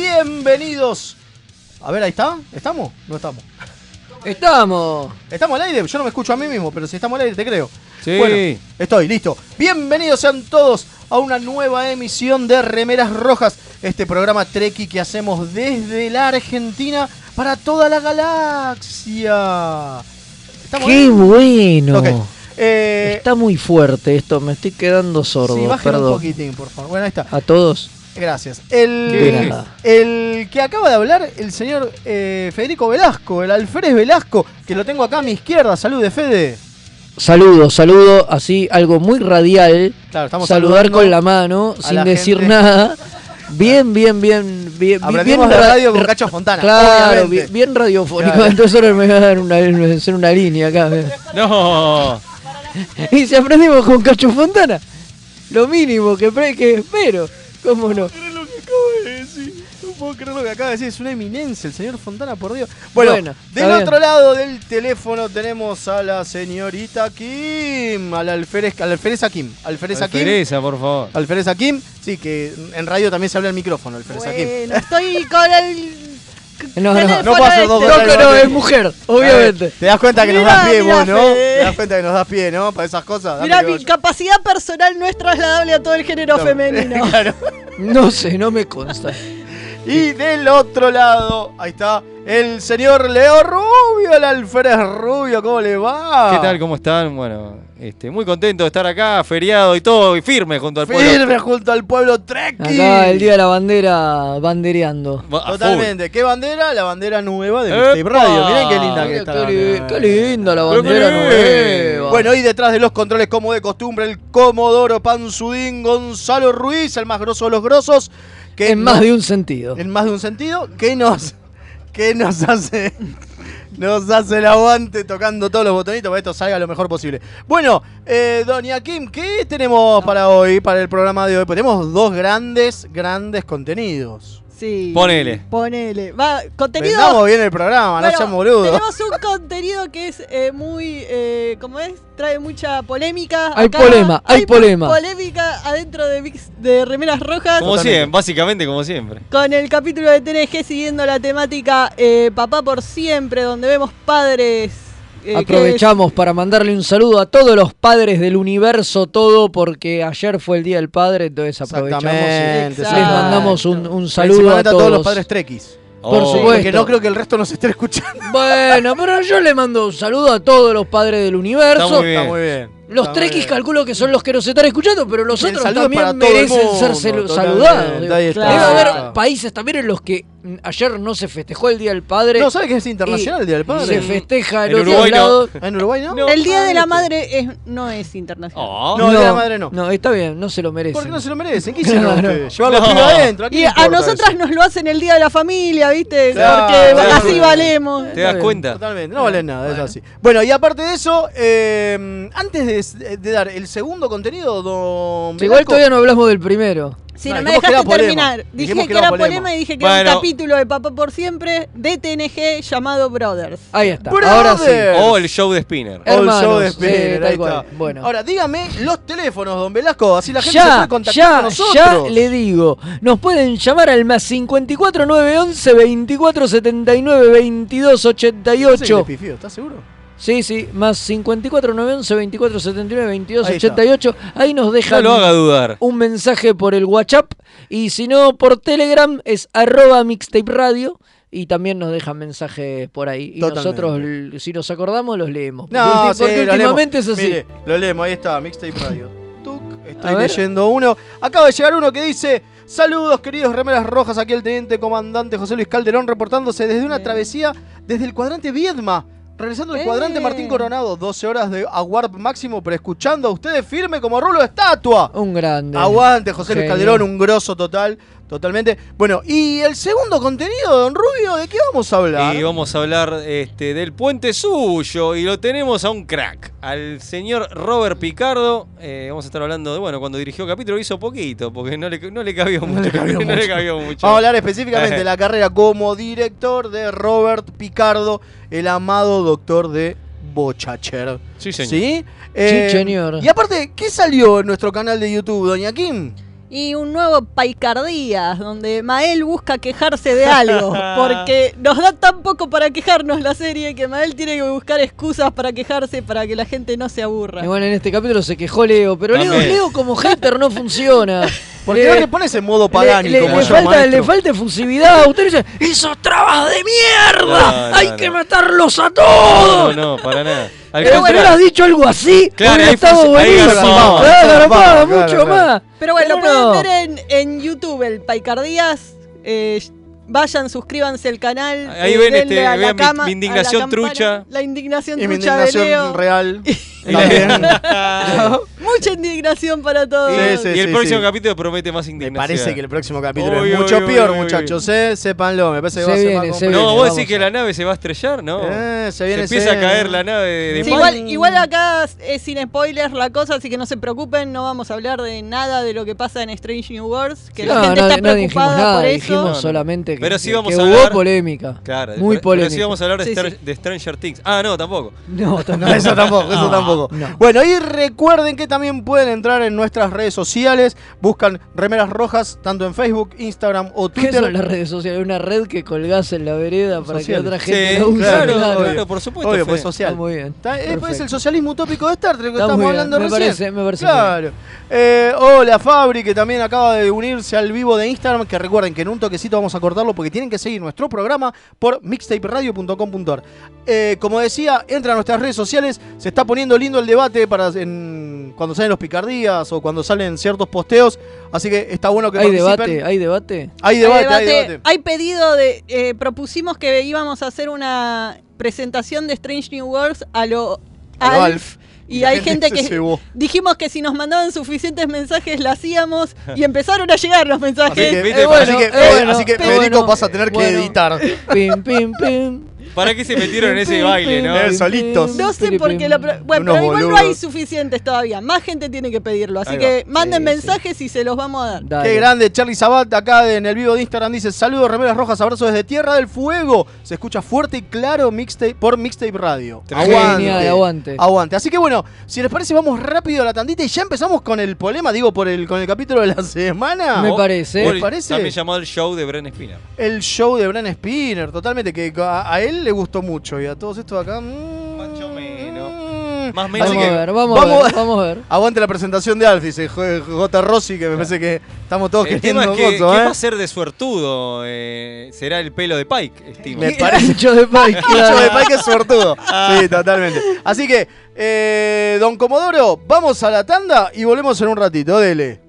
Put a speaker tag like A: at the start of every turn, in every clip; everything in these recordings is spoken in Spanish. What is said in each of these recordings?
A: bienvenidos. A ver, ahí está. ¿Estamos? No estamos.
B: ¡Estamos!
A: Estamos al aire, yo no me escucho a mí mismo, pero si estamos al aire te creo.
B: Sí.
A: Bueno, estoy, listo. Bienvenidos sean todos a una nueva emisión de Remeras Rojas, este programa Treki que hacemos desde la Argentina para toda la galaxia. ¿Estamos
B: ¡Qué
A: bien?
B: bueno!
A: Ok. Eh,
B: Está muy fuerte esto, me estoy quedando sordo,
A: sí, bajen un
B: perdón.
A: poquitín, por favor. Bueno, ahí está.
B: A todos.
A: Gracias.
B: De
A: El,
B: nada.
A: el que acaba de hablar, el señor eh, Federico Velasco, el Alférez Velasco, que lo tengo acá a mi izquierda. Salud de Fede.
B: Saludo, saludo, así algo muy radial.
A: Claro, estamos
B: Saludar
A: saludando
B: con la mano,
A: a
B: sin
A: la
B: decir
A: gente.
B: nada. Bien, bien, bien, bien.
A: Aprendimos la
B: bien ra-
A: radio con
B: ra-
A: Cacho Fontana.
B: Claro,
A: obviamente.
B: bien, bien radiofónico.
A: Claro.
B: Entonces ahora me voy a dar una, hacer una línea acá.
C: No.
B: Y si aprendimos con Cacho Fontana, lo mínimo que, pre- que espero. ¿Cómo no?
A: creer lo que acabo de decir. No puedo creer lo que acaba de decir. Es una eminencia el señor Fontana, por Dios. Bueno,
B: Bueno,
A: del
B: está
A: otro lado del teléfono tenemos a la señorita Kim. Al alférez, al alférez Kim. Alférez Kim.
C: Teresa, por favor.
A: Alférez Kim. Sí, que en radio también se habla el micrófono, alférez Kim.
D: Bueno, estoy con el.
B: No, no,
A: no puedo hacer dos
B: No,
A: cosas al
B: que
A: mismo
B: no,
A: tiempo.
B: es mujer, obviamente.
A: Te das cuenta que nos
D: Mirá,
A: das pie
D: mirá,
A: vos, ¿no?
D: Fede.
A: Te das cuenta que nos das pie, ¿no? Para esas cosas. dame
D: Mirá,
A: que
D: mi
A: yo-
D: capacidad personal no es trasladable a todo el género
A: No.
D: femenino.
A: Claro.
B: No sé, no me consta.
A: Y del otro lado, ahí está el señor Leo Rubio, el alférez Rubio. ¿Cómo le va?
C: ¿Qué tal? ¿Cómo están? Bueno, este, muy contento de estar acá, feriado y todo, y firme junto al pueblo.
A: Firme junto al pueblo Treki.
B: Acá el día de la bandera bandereando.
C: Va- a full.
A: Totalmente. ¿Qué bandera? La bandera nueva de
C: ¡Epa!
A: Mixtape Radio. Miren qué linda que
B: Mira,
A: está.
B: qué, li- qué linda la
C: Pero qué
B: bandera
C: lindo.
B: nueva.
A: Bueno, y detrás de los controles, como de costumbre, el Comodoro Panzudín Gonzalo Ruiz, el más grosso de los grosos. Que
B: en
A: no-
B: más de un sentido.
A: en más de un sentido, que nos, que nos hace. Nos hace el aguante tocando todos los botonitos para que esto salga lo mejor posible. Bueno, eh, Doña Kim, ¿qué tenemos para hoy, para el programa de hoy? Pues tenemos dos grandes, grandes contenidos.
D: Sí.
C: Ponele.
D: Ponele. Va, contenido.
A: Vendamos bien el programa, no
D: Bueno,
A: sean boludos.
D: Tenemos un contenido que es eh, muy. Eh, ¿Cómo es? Trae mucha polémica.
B: Hay polema, hay polema.
D: Polémica adentro de, mix, de Remeras Rojas.
C: Como
A: Totalmente.
C: siempre, básicamente como siempre.
D: Con el capítulo de TNG siguiendo la temática eh, Papá por siempre, donde vemos padres. eh, que-
B: Aprovechamos para mandarle un saludo a todos los padres del universo todo, porque ayer fue el Día del Padre, entonces aprovechamos y
A: Exactamente,
B: les
D: exacto.
B: mandamos un, un saludo a
A: Principalmente
B: todos.
A: los padres trequis.
B: Por
C: Oh.
B: supuesto.
A: Porque no creo que el resto nos esté escuchando.
B: Bueno, pero yo le mando un saludo a todos los padres del
C: Está
B: universo.
C: muy bien.
A: Está muy bien.
B: Los trequis calculo que son los que nos están escuchando, pero los
A: El
B: otros
A: saludo es para
B: también
A: todo el
B: merecen
A: mundo,
B: ser celu-
A: totalmente,
B: saludados. digo.
A: ahí está,
B: Debe
D: ahí
B: haber
A: está.
B: países también en los que mm, ayer no se festejó el Día del Padre.
A: No, ¿sabes que es internacional el Día del Padre?
B: Se festeja en,
C: En
B: otros
C: Uruguay no.
B: lados.
A: ¿En Uruguay no?
C: No.
D: El Día de la Madre es, no es internacional.
C: Oh.
A: No, el Día de la Madre no.
B: No, está bien, no se lo merece.
A: ¿Por qué no se lo merecen? ¿Qué hicieron
B: Claro.
A: ustedes? Llevarlo
C: No.
A: frío adentro.
D: Y a nosotras nos lo hacen el Día de la Familia, ¿viste?
A: Claro,
D: Porque
A: claro.
D: así valemos.
C: ¿Te das
B: bien.
C: cuenta?
A: Totalmente, no valen nada, es así. Bueno, y aparte de eso, eh, antes de, de dar el segundo contenido, don
B: Sí, Igual
A: Velasco,
B: todavía no hablamos del primero.
D: Si
A: No,
D: no, me
A: dijimos que
D: dejaste
A: era polema.
D: terminar.
A: Dijimos
D: Dije que, era polema. y dije que era
C: Bueno.
D: un capítulo de Papá por siempre de TNG llamado Brothers.
B: Ahí está.
A: ¡Brother!
B: Ahora sí.
C: O el show de Spinner.
A: All
B: hermanos,
A: Show de
B: sí,
A: Spinner,
B: tal
A: ahí
B: cual.
A: está.
B: Bueno.
A: Ahora, dígame los teléfonos, don Velasco, así la gente se
B: Ya,
A: puede contactar con
B: ya,
A: nosotros.
B: ya le digo. Nos pueden llamar al más 54 911 24 79 22
A: Parece que le
B: 88.
A: pifió, ¿Estás seguro?
B: Sí, sí, más 54 911 24 79 22
A: Ahí está.
B: 88. Ahí nos
C: No
B: dejan
C: lo haga dudar.
B: un mensaje por el WhatsApp y si no por Telegram es arroba mixtape radio y también nos dejan mensajes por ahí. Y
A: Totalmente.
B: nosotros, l- si nos acordamos, los leemos. porque, ulti-
A: sí,
B: porque
A: lo
B: últimamente es
A: leemos.
B: así.
A: Mire, lo leemos, ahí está, Mixtape Radio. Tuc,
B: A
A: estoy
B: ver.
A: leyendo uno. Acaba de llegar uno que dice: Saludos, queridos remeras rojas, aquí el teniente comandante José Luis Calderón reportándose desde una
D: Bien.
A: travesía desde el cuadrante Viedma. Regresando al
D: Eh.
A: cuadrante Martín Coronado, 12 horas de aguarp máximo, pero escuchando a ustedes firme como rulo de estatua.
B: Un grande.
A: Aguante, José Luis
B: Genio.
A: Calderón, un grosso total, totalmente. Bueno, y el segundo contenido, don Rubio, ¿de qué vamos a hablar?
C: Y vamos a hablar este, del puente suyo y lo tenemos a un crack, al señor Robert Picardo. Eh, vamos a estar hablando de, bueno, cuando dirigió capítulo hizo poquito, porque no le, no le cabió mucho.
A: le cabió mucho.
C: cabió mucho.
A: Vamos a hablar específicamente
C: Ajá.
A: de la carrera como director de Robert Picardo, el amado doctor de Bochacher.
C: Sí, señor.
A: ¿Sí? Eh,
B: señor.
A: Y aparte, ¿qué salió en nuestro canal de YouTube, Doña Kim?
D: Y un nuevo Paicardías, donde Mael busca quejarse de algo, porque nos da tan poco para quejarnos la serie que Mael tiene que buscar excusas para quejarse para que la gente no se aburra.
B: Y bueno, en este capítulo se quejó Leo, pero Leo,
C: También.
B: Leo como hater no funciona.
A: ¿Por qué
B: Le-
A: no le pones en modo pagani
B: le, le-
A: como
B: le
A: yo,
B: falta,
A: maestro?
B: le falta efusividad. Usted dice, ¡esos trabas de mierda!
C: No, no,
B: ¡Hay
C: no.
B: que matarlos a
C: No,
B: todos!
C: no, para nada. Al
B: Pero bueno,
C: contrario.
B: hubieras dicho algo así,
C: Claro,
B: hubiera
C: ahí
B: estado
C: func- ahí
B: buenísimo.
C: garpaba,
B: Claro,
A: garpaba,
B: garpaba
A: claro,
B: mucho
A: claro.
B: más.
D: Pero bueno, eh, lo
B: Pero no.
D: pueden ver en, en YouTube, el Paicardías. eh, vayan, suscríbanse al canal.
C: Ahí
D: eh,
C: ven,
D: denle
C: este,
D: a la
C: vean mi-
D: cama,
C: mi
D: a la
C: indignación
D: campana,
C: trucha.
D: La indignación
A: Y mi
D: trucha de Leo.
A: indignación real.
C: Y
A: También.
C: la-
D: Mucha indignación para todos.
A: Sí, sí,
C: y el
A: sí,
C: próximo
A: sí.
C: capítulo promete más
A: Me
C: indignación.
A: parece que el próximo capítulo
C: Uy,
A: es
C: uy,
A: mucho
C: uy,
A: peor,
C: uy, uy.
A: muchachos, ¿eh? Sépanlo, me parece que
B: Se
A: va a ser
B: viene,
A: más
B: se
A: complicado.
C: No,
B: viene,
C: vos
B: vamos
C: decís que la nave se va a estrellar, ¿no?
A: Eh, se viene,
C: se empieza
A: se
C: a
A: viene.
C: caer la nave de, de
D: Sí,
A: Pan.
C: pal-
D: igual, igual acá es sin spoilers la cosa, así que no se preocupen, no vamos a hablar de nada de lo que pasa en Strange New Worlds, que
B: No,
D: la
B: no,
D: gente está
B: no dijimos
D: preocupada
B: nada,
D: por eso.
B: dijimos
C: No, no.
B: solamente que,
C: Pero sí
B: que-
C: vamos
B: que
C: a
B: hubo
C: hablar-
B: polémica.
C: Claro,
B: muy
C: pero- pero sí
B: polémica.
C: vamos a hablar de,
D: Sí,
C: Star-
D: sí.
C: de Stranger Things. Ah, no, tampoco.
B: No,
A: No, eso tampoco, eso
B: No,
A: tampoco.
B: no.
A: Bueno, y recuerden que también pueden entrar en nuestras redes sociales. Buscan remeras rojas, tanto en Facebook, Instagram o
B: ¿Qué
A: Twitter.
B: son las redes sociales? Una red que colgás en la vereda para que
A: Social.
B: otra gente
C: Sí,
B: la use.
C: claro,
A: claro,
C: claro,
A: obvio.
C: por supuesto.
A: Obvio, pues
C: Fede.
A: social.
B: Está muy bien.
A: Está- eh, es
B: Perfecto.
A: el socialismo utópico de Star Trek que
B: Está muy
A: estamos
B: bien,
A: hablando
B: me
A: recién.
B: parece- me parece muy
A: Claro. Eh, hola Fabri, que también acaba de unirse al vivo de Instagram. Que recuerden que en un toquecito vamos a cortarlo porque tienen que seguir nuestro programa por mixtaperadio.com.ar. Eh, como decía, entra a nuestras redes sociales. Se está poniendo lindo el debate para en- cuando salen los picardías o cuando salen ciertos posteos. Así que está bueno que
B: ¿Hay
A: participen.
B: debate? ¿Hay debate?
A: Hay
D: Hay
A: debate, hay
D: debate,
A: debate.
D: hay pedido de. eh, propusimos que íbamos a hacer una presentación de Strange New Worlds a lo
A: A lo
D: Alf.
A: Alf.
D: Y
A: la
D: hay gente
A: se
D: que
A: cebó.
D: dijimos que si nos mandaban suficientes mensajes la hacíamos y empezaron a llegar los mensajes.
A: Así que,
C: viste,
A: eh,
C: bueno,
A: así que,
B: eh,
A: Fe-
B: bueno,
A: así que,
B: eh,
A: Federico
B: bueno.
A: vas a tener que
B: Bueno.
A: editar.
B: Pim, pim, pim.
C: ¿Para qué se metieron en ese
B: Pim,
C: baile,
B: pim,
C: no?
A: Eh,
B: pim,
A: solitos.
B: pim,
D: No sé
B: pim,
D: por
B: pim.
D: qué la pro- Bueno,
A: Unos
D: pero igual no
A: boludos.
D: hay suficientes todavía. Más gente tiene que pedirlo. Así
C: Ahí
D: que manden
B: Sí,
D: mensajes y se los vamos a dar.
B: Dale.
A: Qué grande, Charlie Sabat, acá de- en el vivo de Instagram dice, saludos, remeras rojas, abrazos desde Tierra del Fuego. Se escucha fuerte y claro mixtape, por Mixtape Radio.
C: Genial,
B: aguante.
A: Aguante. Así que bueno, si les parece, vamos rápido a la tandita y ya empezamos con el polema, digo, por el, con el capítulo de la semana.
B: Me
C: O-
B: parece.
C: o
A: ¿Me parece?
C: También llamado el show de Bren Spinner.
A: El show de Bran Spinner, totalmente, que a, a él le gustó mucho y a todos estos acá... mm,
C: Más o menos.
A: mm.
C: Más o menos
B: Vamos
A: Así
B: a
A: que
B: ver, vamos,
A: vamos
B: a ver,
A: a-
B: vamos a ver.
A: Aguante la presentación de Alf, dice J. J. Rossi, que me parece que estamos todos
C: El tema
A: queriendo
C: es que,
A: gozo,
C: ¿qué
A: ¿eh?
C: va a ser de suertudo? Eh, será el pelo de Pike, estimo.
A: Me parece-
B: Ancho de Pike,
A: Mucho de Ah.
B: claro.
A: Pike es suertudo. Sí, totalmente. Así que, eh, don Comodoro, vamos a la tanda y volvemos en un ratito. Dele.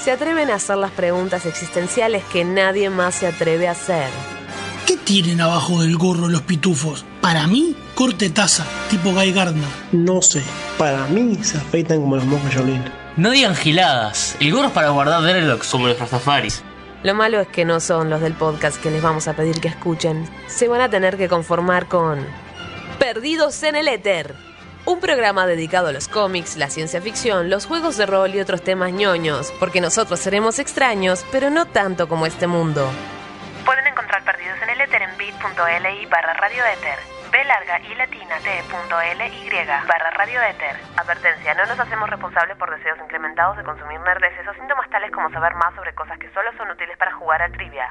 E: se atreven a hacer las preguntas existenciales que nadie más se atreve a hacer.
F: ¿Qué tienen abajo del gorro los pitufos? Para mí, corte taza, tipo Guy Gardner.
G: No sé, para mí se afeitan como los mocos Jolín.
H: No digan giladas. El gorro es para guardar Dreadlocks como los Rastafaris.
E: Lo malo es que no son los del podcast que les vamos a pedir que escuchen. Se van a tener que conformar con Perdidos en el Éter. Un programa dedicado a los cómics, la ciencia ficción, los juegos de rol y otros temas ñoños, porque nosotros seremos extraños, pero no tanto como este mundo.
I: Pueden encontrar Perdidos en el Éter en bit.li barra radio éter. B larga y latina t.ly barra radio éter. Advertencia, no nos hacemos responsables por deseos incrementados de consumir nerdeces o síntomas tales como saber más sobre cosas que solo son útiles para jugar a trivia.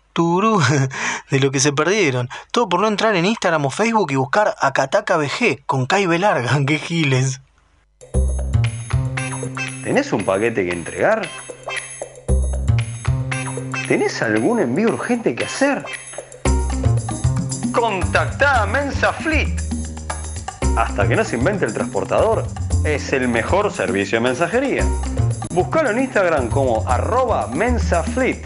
J: turú. De lo que se perdieron. Todo por no entrar en Instagram o Facebook y buscar a Kataka BG con Kai B larga. ¡Qué giles!
K: ¿Tenés un paquete que entregar? ¿Tenés algún envío urgente que hacer? Contactá a Mensa Fleet. Hasta que no se invente el transportador, es el mejor servicio de mensajería. Buscalo en Instagram como arroba mensafleet.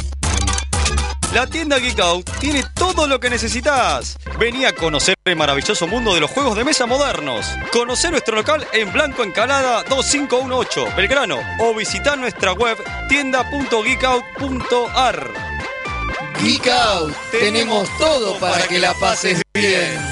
L: La tienda Geek Out tiene todo lo que necesitas. Vení a conocer el maravilloso mundo de los juegos de mesa modernos. Conocer nuestro local en Blanco Encalada 2518, Belgrano, o visitar nuestra web tienda.geekout.ar.
M: Geek Out, tenemos todo para que la pases bien.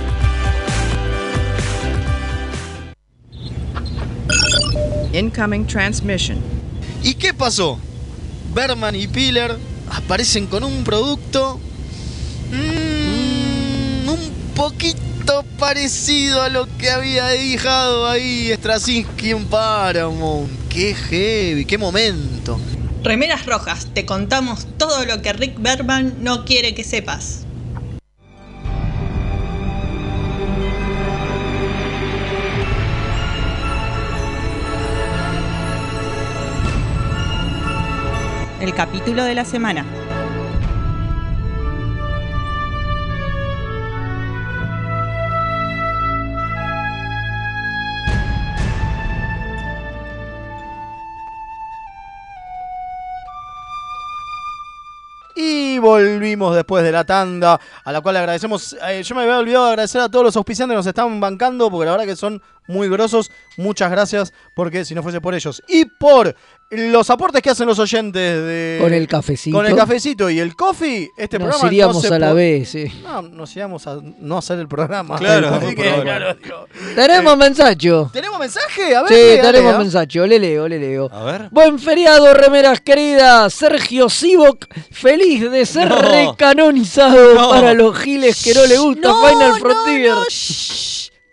N: Incoming transmission.
A: ¿Y qué pasó? Berman y Piller aparecen con un producto mm, un poquito parecido a lo que había dejado ahí Straczynski en Paramount. Qué heavy, qué momento.
D: Remeras Rojas, te contamos todo lo que Rick Berman no quiere que sepas. El capítulo de la semana.
A: Y volvimos después de la tanda, a la cual agradecemos. eh, yo me había olvidado de agradecer a todos los auspiciantes que nos están bancando, porque la verdad que son muy grosos. Muchas gracias, porque si no fuese por ellos y por los aportes que hacen los oyentes de.
B: Con el cafecito.
A: Con el cafecito y el coffee, este
B: Nos
A: programa. no
B: iríamos
A: se
B: a la
A: po-
B: vez, sí.
A: No, nos iríamos a no hacer el programa.
B: Claro,
A: Así que,
B: por
A: claro,
B: ahora.
A: digo,
B: Tenemos mensacho.
A: ¿Tenemos mensaje? A ver.
B: Sí,
A: Eh, dale,
B: tenemos
A: ah.
B: mensaje, le leo, le leo.
L: A ver.
B: Buen feriado, remeras queridas. Sergio Sivok, feliz de ser
L: No.
B: recanonizado
O: No.
B: para los giles que no le gusta
O: No,
B: Final
O: no,
B: Frontier.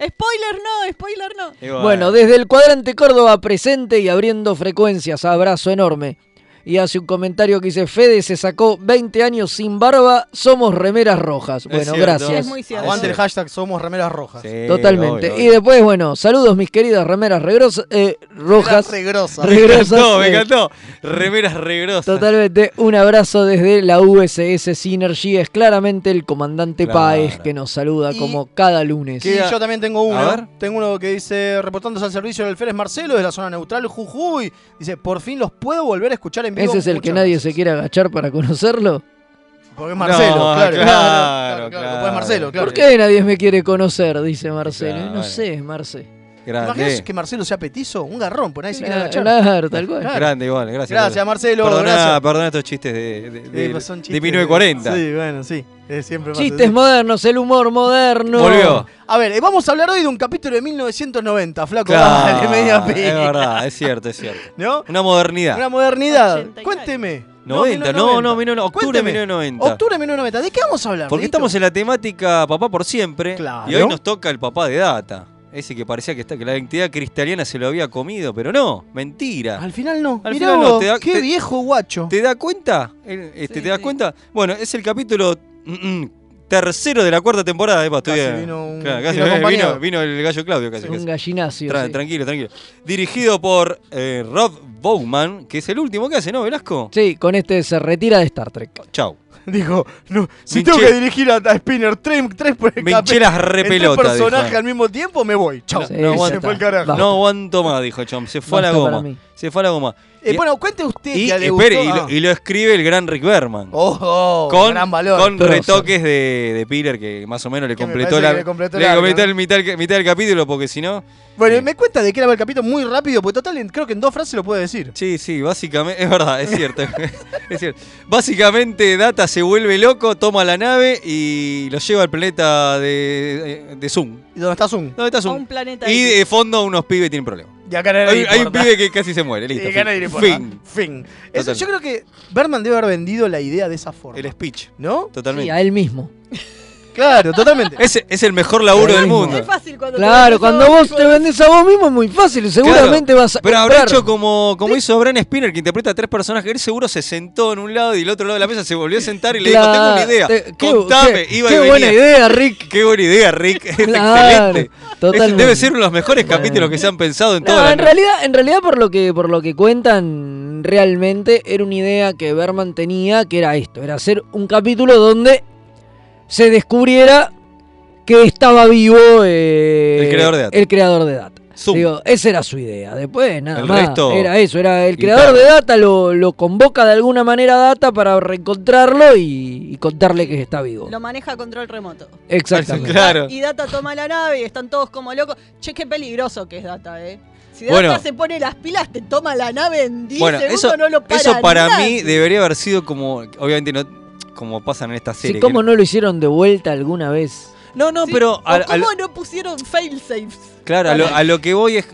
O: Spoiler no, spoiler no.
B: Bueno, desde el cuadrante Córdoba presente y abriendo frecuencias, abrazo enorme. Y hace un comentario que dice, Fede se sacó 20 años sin barba, somos remeras rojas. Bueno, gracias.
A: Aguante el hashtag Somos Remeras Rojas.
B: Totalmente. Y después, bueno, saludos mis queridas remeras regros- eh, rojas.
A: Regrosas.
L: Me
B: Regrosas,
L: encantó, me
B: eh,
L: encantó. Remeras regrosas.
B: Totalmente. Un abrazo desde la USS Synergy. Es claramente el comandante
L: Claro.
B: Páez que nos saluda como cada lunes.
A: Sí, yo también tengo
B: A
A: uno.
B: ver.
A: Tengo uno que dice, reportándose al servicio del Férez Marcelo de la zona neutral, Jujuy. Dice, por fin los puedo volver a escuchar en vivo.
B: Ese es el que
A: Muchas
B: nadie se quiere agachar para conocerlo.
A: gracias. Porque es Marcelo,
L: No,
A: claro.
L: claro,
A: claro, claro,
L: claro.
A: porque es Marcelo, claro.
B: ¿Por qué nadie me quiere conocer? Dice Marcelo.
L: Claro,
B: no
L: bueno.
B: sé, Marce.
A: ¿Te imaginas
L: Grande.
A: que Marcelo sea petizo? Un garrón, pues nadie se quiere
B: Claro,
A: agachar.
B: claro, tal cual.
A: Claro.
L: Grande igual, gracias.
A: Gracias,
L: Lola.
A: Marcelo,
L: Perdona,
A: gracias.
L: perdona estos chistes de, de, de-
A: Eh, pues son
L: de
A: chistes
L: 1940.
A: Sí, bueno, sí. Eh, siempre pasa.
B: Chistes modernos, el humor moderno.
L: Volvió.
A: A ver, eh, vamos a hablar hoy de un capítulo de 1990, flaco.
L: Claro,
A: Dale, media
L: es
A: pila.
L: verdad, es cierto, es cierto.
A: ¿No?
L: Una modernidad.
A: Una modernidad. Cuénteme.
L: 90, no, no, 1990, octubre de
A: Cuénteme.
L: 1990.
A: Octubre de 1990. ¿De qué vamos a hablar?
L: Porque
A: Dieguito?
L: estamos en la temática papá por siempre.
A: Claro.
L: Y hoy nos toca el papá de Data. Ese que parecía que, está, que la entidad cristaliana se lo había comido, pero no, mentira.
A: Al final no.
L: Al
A: Mirá
L: final no,
A: vos,
L: te da-
A: qué
L: te-
A: viejo guacho.
L: ¿Te das cuenta? El- Este, ¿Te das cuenta? Bueno, es el capítulo mm, mm, tercero de la cuarta temporada. Epa, estoy
B: Casi
L: bien.
B: vino un-
L: Claro, casi
B: vino
L: vino,
B: acompañado.
L: vino- vino el gallo Claudio. Casi,
B: Un
L: casi.
B: gallinacio.
L: Tra-
B: sí.
L: Tranquilo, tranquilo. Dirigido por eh, Rob Bowman, que es el último que hace, ¿no, Velasco?
B: Sí, con este se retira de Star Trek.
L: Chau.
A: Dijo, no, si
L: Minche-
A: tengo que dirigir a, a Spinner tres, tres,
L: Me hinché las repelotas,
A: personajes
L: dijo.
A: al mismo tiempo, me voy. Chao.
L: No, no
A: se
L: aguanto,
A: fue el carajo.
L: no aguanto más, dijo Chom. Se fue a la
B: Basta para
L: goma.
B: mí.
L: Se fue a la goma.
A: Eh, bueno, cuente usted
L: y,
A: que le
L: espere,
A: gustó.
L: y lo,
A: Ah.
L: y lo escribe el gran Rick Berman.
A: Oh, oh,
L: con
A: gran valor.
L: con
A: Grosso.
L: retoques de, de Piller que más o menos le
A: Que me
L: completó
A: parece
L: la
A: que le completó
L: le
A: largo,
L: completó
A: ¿no?
L: el mitad, del- mitad del capítulo porque si no
A: Bueno, me cuenta de que era el capítulo muy rápido, porque total, en- creo que en dos frases lo puede decir.
L: sí sí básicamente es verdad es cierto es cierto básicamente Data se vuelve loco toma la nave y lo lleva al planeta de, de Zoom
A: ¿Y dónde está Zoom?
L: ¿Dónde está
D: A un planeta
L: y
D: X.
L: de fondo unos pibes tienen problemas
A: Y acá nadie
L: hay,
A: le
L: hay un
A: importa.
L: pibe que casi se muere listo
A: Y acá nadie le importa.
L: fin
A: Fin. Eso,
L: Total.
A: yo creo que Berman debe haber vendido la idea de esa forma.
L: el speech
A: ¿No?
L: totalmente
B: Sí, a él mismo.
A: Claro, totalmente.
L: es, es el mejor laburo del mundo
D: fácil cuando
B: Claro,
D: te vendés a
B: cuando vos te vendés a vos mismo es muy fácil. Seguramente
L: Claro,
B: vas a.
L: Pero habrá
B: comprar.
L: hecho como, como hizo Bran Spinner, que interpreta a tres personajes. Él seguro se sentó en un lado y el otro lado de la mesa se volvió a sentar y le dijo:
B: Claro,
L: Tengo una idea.
B: te- eh, qué-
L: contame.
B: qué-
L: iba y
B: qué buena
L: venía.
B: idea, Rick.
L: Qué buena idea, Rick. Es
B: Claro,
L: excelente. Es-
B: totalmente.
L: debe ser uno de los mejores capítulos que se han pensado en toda
B: No,
L: la
B: en realidad, en realidad por lo que por lo que cuentan realmente era una idea que Berman tenía que era esto, era hacer un capítulo donde se descubriera que estaba vivo eh,
L: El creador de Data.
B: el creador de Data.
L: Zoom.
B: Digo, esa era su idea. Después nada
L: El
B: más.
L: resto,
B: era eso, era el
L: guitarra.
B: creador de Data lo, lo convoca de alguna manera a Data para reencontrarlo y, y contarle que está vivo.
D: Lo maneja a control remoto.
B: Exactamente.
D: Y Data toma la nave y están todos como locos. Che, qué peligroso que es Data, ¿eh? Si Data
L: Bueno.
D: se pone las pilas, te toma la nave en 10
L: Bueno,
D: segundos,
L: eso,
D: no lo para
L: eso para
D: nadie.
L: mí debería haber sido como. Obviamente, no como pasan en esta serie.
B: Sí,
L: que
B: ¿Cómo no lo hicieron de vuelta alguna vez?
L: No, no, pero.
D: ¿O
L: al- al-
D: ¿Cómo no pusieron failsafes?
L: Claro, a lo, a lo que voy es,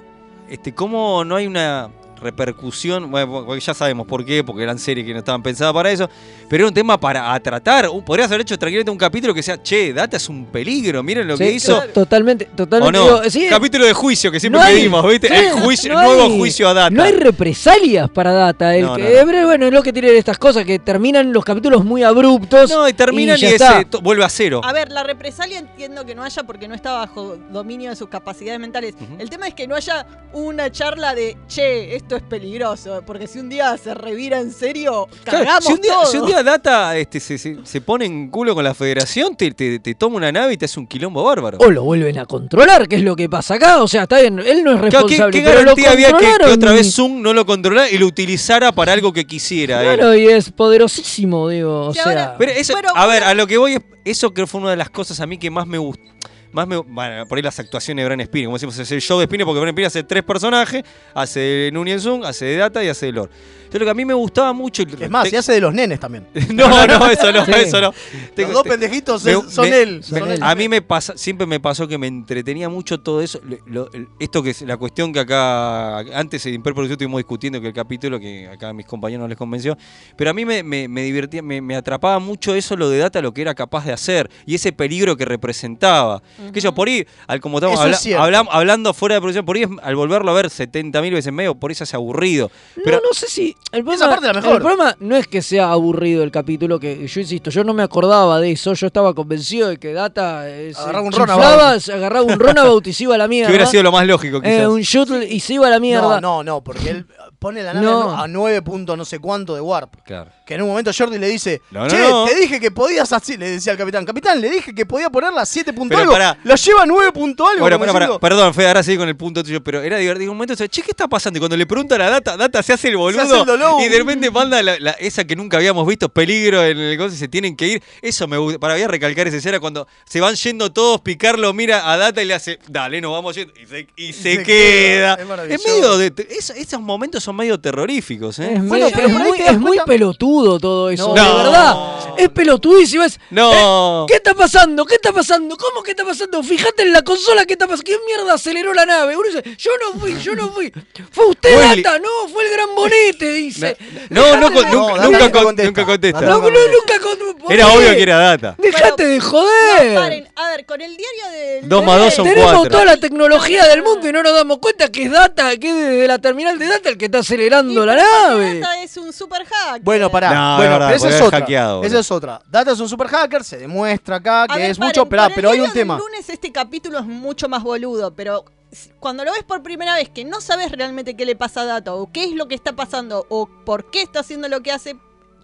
L: este, ¿cómo no hay una repercusión? Bueno, porque ya sabemos por qué, porque eran series que no estaban pensadas para eso, pero era un tema para a tratar. Uh, podrías haber hecho tranquilamente un capítulo que sea, che, Data es un peligro, miren lo
B: Sí,
L: que hizo.
B: Totalmente,
L: ¿O
B: totalmente.
L: no?
B: digo, sí,
L: capítulo de juicio que siempre
B: no hay-
L: pedimos, ¿viste?
B: sí,
L: El juicio,
B: no
L: nuevo
B: hay-
L: juicio a Data.
B: No hay represalias para Data. El
L: No,
B: que-
L: no, no.
B: eh, pero Bueno, es lo que tienen estas cosas, que terminan los capítulos muy abruptos.
L: No, y terminan y,
B: ya está.
L: ese to- vuelve a cero.
D: A ver, la represalia entiendo que no haya porque no está bajo dominio de sus capacidades mentales. El tema es que no haya una charla de, che, esto es peligroso, porque si un día se revira en serio,
L: Claro,
D: cagamos
L: si, un día,
D: todo.
L: si un día Data este, se, se- se pone en culo con la federación, te, te- te toma una nave y te hace un quilombo bárbaro.
B: O lo vuelven a controlar, que es lo que pasa acá. O sea, está bien, él no es
L: Claro, ¿qué,
B: responsable.
L: qué
B: pero lo
L: garantía había que, que
B: controlaron
L: otra vez Zoom no lo controlara y lo utilizara para algo que quisiera? él?
B: Claro, y es poderosísimo, digo. O sea,
L: Pero eso- a ver, a lo que voy es, eso creo que fue una de las cosas a mí que más me gustó. Más me, bueno, por ahí las actuaciones de Bran Spinner, como decimos, es el show de Spinner, porque Bran Spinner hace tres personajes, hace de Nunien Zoom, hace de Data y hace de Lord. Yo lo que a mí me gustaba mucho...
A: Es más, se hace de los nenes también.
L: No, no, eso no,
A: Sí.
L: eso no.
A: Los dos pendejitos
L: Este me-
A: son- son
L: me-
A: él,
L: me-
A: son él.
L: A mí me pasa, siempre me pasó que me entretenía mucho todo eso. lo- lo- el- esto que es la cuestión que acá, antes en Perproducción estuvimos discutiendo que el capítulo, que acá a mis compañeros no les convenció, pero a mí me, me- me divertía, me, me atrapaba mucho eso, lo de Data, lo que era capaz de hacer y ese peligro que representaba. Que yo, por ahí, al como estamos
A: Eso es
L: habla-
A: cierto.
L: hablam- hablando fuera de producción, por ahí es- al volverlo a ver 70.000 veces medio, por ahí se hace aburrido. Pero,
B: no, no sé si. El problema,
A: parte es la mejor.
B: el problema no es que sea aburrido el capítulo, que yo insisto, yo no me acordaba de eso, yo estaba convencido de que Data eh, se
A: Agarraba un
B: chiflaba,
A: Ronabout.
B: se agarraba un Ronabout y se iba a la mierda.
L: que hubiera sido lo más lógico,
B: Eh,
L: quizás.
B: un shuttle y se iba a la mierda.
A: No, eh. no, no, porque él pone la nave
B: No.
A: a 9 puntos no sé cuánto de warp.
L: Claro.
A: Que en un momento Jordi le dice,
L: No, no,
A: che,
L: no".
A: te dije que podías así, le decía al capitán, capitán, le dije que podía ponerla a 7 puntos
L: Pero
A: algo,
L: pará,
A: pará. La lleva 9 punto algo.
L: Bueno,
A: como
L: bueno, pará,
A: diciendo,
L: perdón, Fede, ahora sí con el punto tuyo, pero era divertido. En un momento, o sea, che, ¿qué está pasando? Y cuando le pregunta a la data, data se hace el boludo.
A: hace el dolor.
L: y de repente manda la- la- esa que nunca habíamos visto, peligro en el negocio, se tienen que ir. Eso me gusta. Para voy a recalcar esa escena cuando se van yendo todos, Picarlo mira a data y le hace, dale, nos vamos yendo. Y se, y se
A: Se queda.
L: queda.
A: Es
L: Es
A: maravilloso.
L: medio de. te- eso- esos momentos son medio terroríficos, ¿eh?
B: Es, medio-
A: Bueno, pero
B: es
A: por ahí
B: muy,
A: te das
B: es muy pelotudo todo eso,
L: No.
B: de
L: No.
B: verdad. Es pelotudo y si ves.
L: No.
B: ¿Qué está pasando? ¿Qué está pasando? ¿Cómo que está pasando? Fíjate en la consola qué está pasando. ¿Quién mierda aceleró la nave? Uno dice, yo no fui, yo no fui. Fue usted,
L: Willy.
B: Data, no, fue el gran bonete, dice.
L: No, no,
B: Dejate
L: con-
B: de-
L: nunca,
A: Data
L: nunca
A: no
L: con-
A: contesta.
L: nunca
A: Data
L: contesta.
A: no
B: No, no, nunca con- ¿por
L: Era
B: qué?
L: obvio que era data.
B: Dejate de joder.
D: No, paren, a ver, con el diario del.
L: Eh. Dos más dos son
B: Tenemos
L: cuatro.
B: toda la tecnología del mundo y no nos damos cuenta que es Data, que es desde la terminal de Data el que está acelerando la nave.
D: Esta es un super hack.
B: Eh,
D: eh.
A: Bueno, pará.
L: No, es
A: bueno,
L: verdad,
A: pero esa
L: podría
A: es
L: haber
A: otra.
L: hackeado,
A: esa
L: boludo.
A: es otra. Data es un super hacker, se demuestra acá que
D: A ver,
A: es
D: paren,
A: mucho, pero,
D: con el
A: pero hay
D: diario
A: un tema.
D: del lunes este capítulo es mucho más boludo, pero s- cuando lo ves por primera vez que no sabes realmente qué le pasa a Dato o qué es lo que está pasando o por qué está haciendo lo que hace,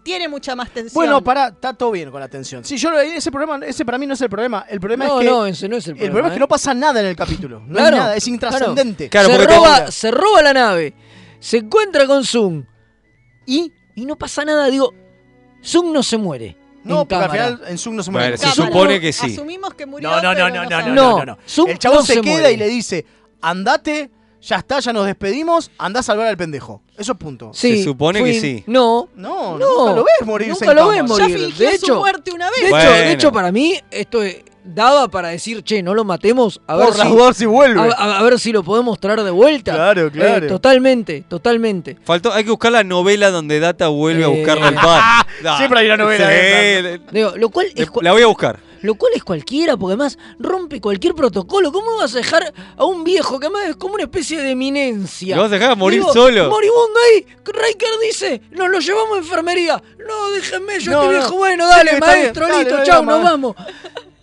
D: tiene mucha más tensión.
A: Bueno, pará, está todo bien con la atención. Sí, yo lo leí, ese problema, ese para mí no es el problema. El problema
B: No,
A: es que
B: no, ese no es el
A: el
B: problema.
A: problema es
B: ¿eh?
A: que no pasa nada en el capítulo. No
B: Claro,
A: hay nada, es
B: claro.
A: intrascendente.
L: Claro,
B: se,
L: porque te-
B: roba, se roba la nave, se encuentra con Zoom y, y no pasa nada. Digo, Zoom no se muere.
A: No,
B: en
A: porque al
B: cámara.
A: final en Zoom no se
L: Bueno,
A: muere.
L: se supone que sí.
D: Asumimos que murió.
A: No, no, no,
D: pero
A: no, no, no,
D: sabemos.
B: No,
A: no, no.
B: Zoom
A: El chabón
B: no
A: se,
B: se
A: queda
B: muere.
A: y le dice, andate, ya está, ya nos despedimos, andá a salvar al pendejo. Eso es punto.
B: Sí,
L: Se supone que
B: fui-
L: sí.
B: No,
A: No,
B: No,
A: nunca lo ves morirse
B: nunca
A: en
B: lo
A: cámara.
B: ves
D: Ya
B: morir.
D: fingió
B: De
D: su
B: hecho-
D: muerte una
B: de
D: vez.
B: hecho,
L: Bueno.
B: de hecho, para mí esto eh, daba para decir, che, no lo matemos, a ver,
A: Por
B: si,
A: las dudas si vuelve.
B: a, a- a ver si lo podemos traer de vuelta.
A: Claro,
B: Eh,
A: claro.
B: totalmente, totalmente.
L: Faltó, hay que buscar la novela donde Data vuelve a
B: Eh.
L: buscarlo al bar. Da.
A: Siempre hay una novela
L: Sí,
A: de
B: Digo, lo cual es... cua-
L: La voy a buscar.
B: Lo cual es cualquiera, porque además rompe cualquier protocolo. ¿Cómo vas a dejar a un viejo que además es como una especie de eminencia?
L: ¿Lo vas a dejar morir
B: Digo,
L: solo?
B: Moribundo ahí. Riker dice, nos lo llevamos a enfermería. No, déjenme, yo
A: No,
B: estoy
A: no.
B: viejo. Bueno,
A: Sí,
B: dale,
A: está
B: maestro,
A: bien, dale,
B: listo,
A: dale,
B: chau,
A: mamá.
B: nos vamos.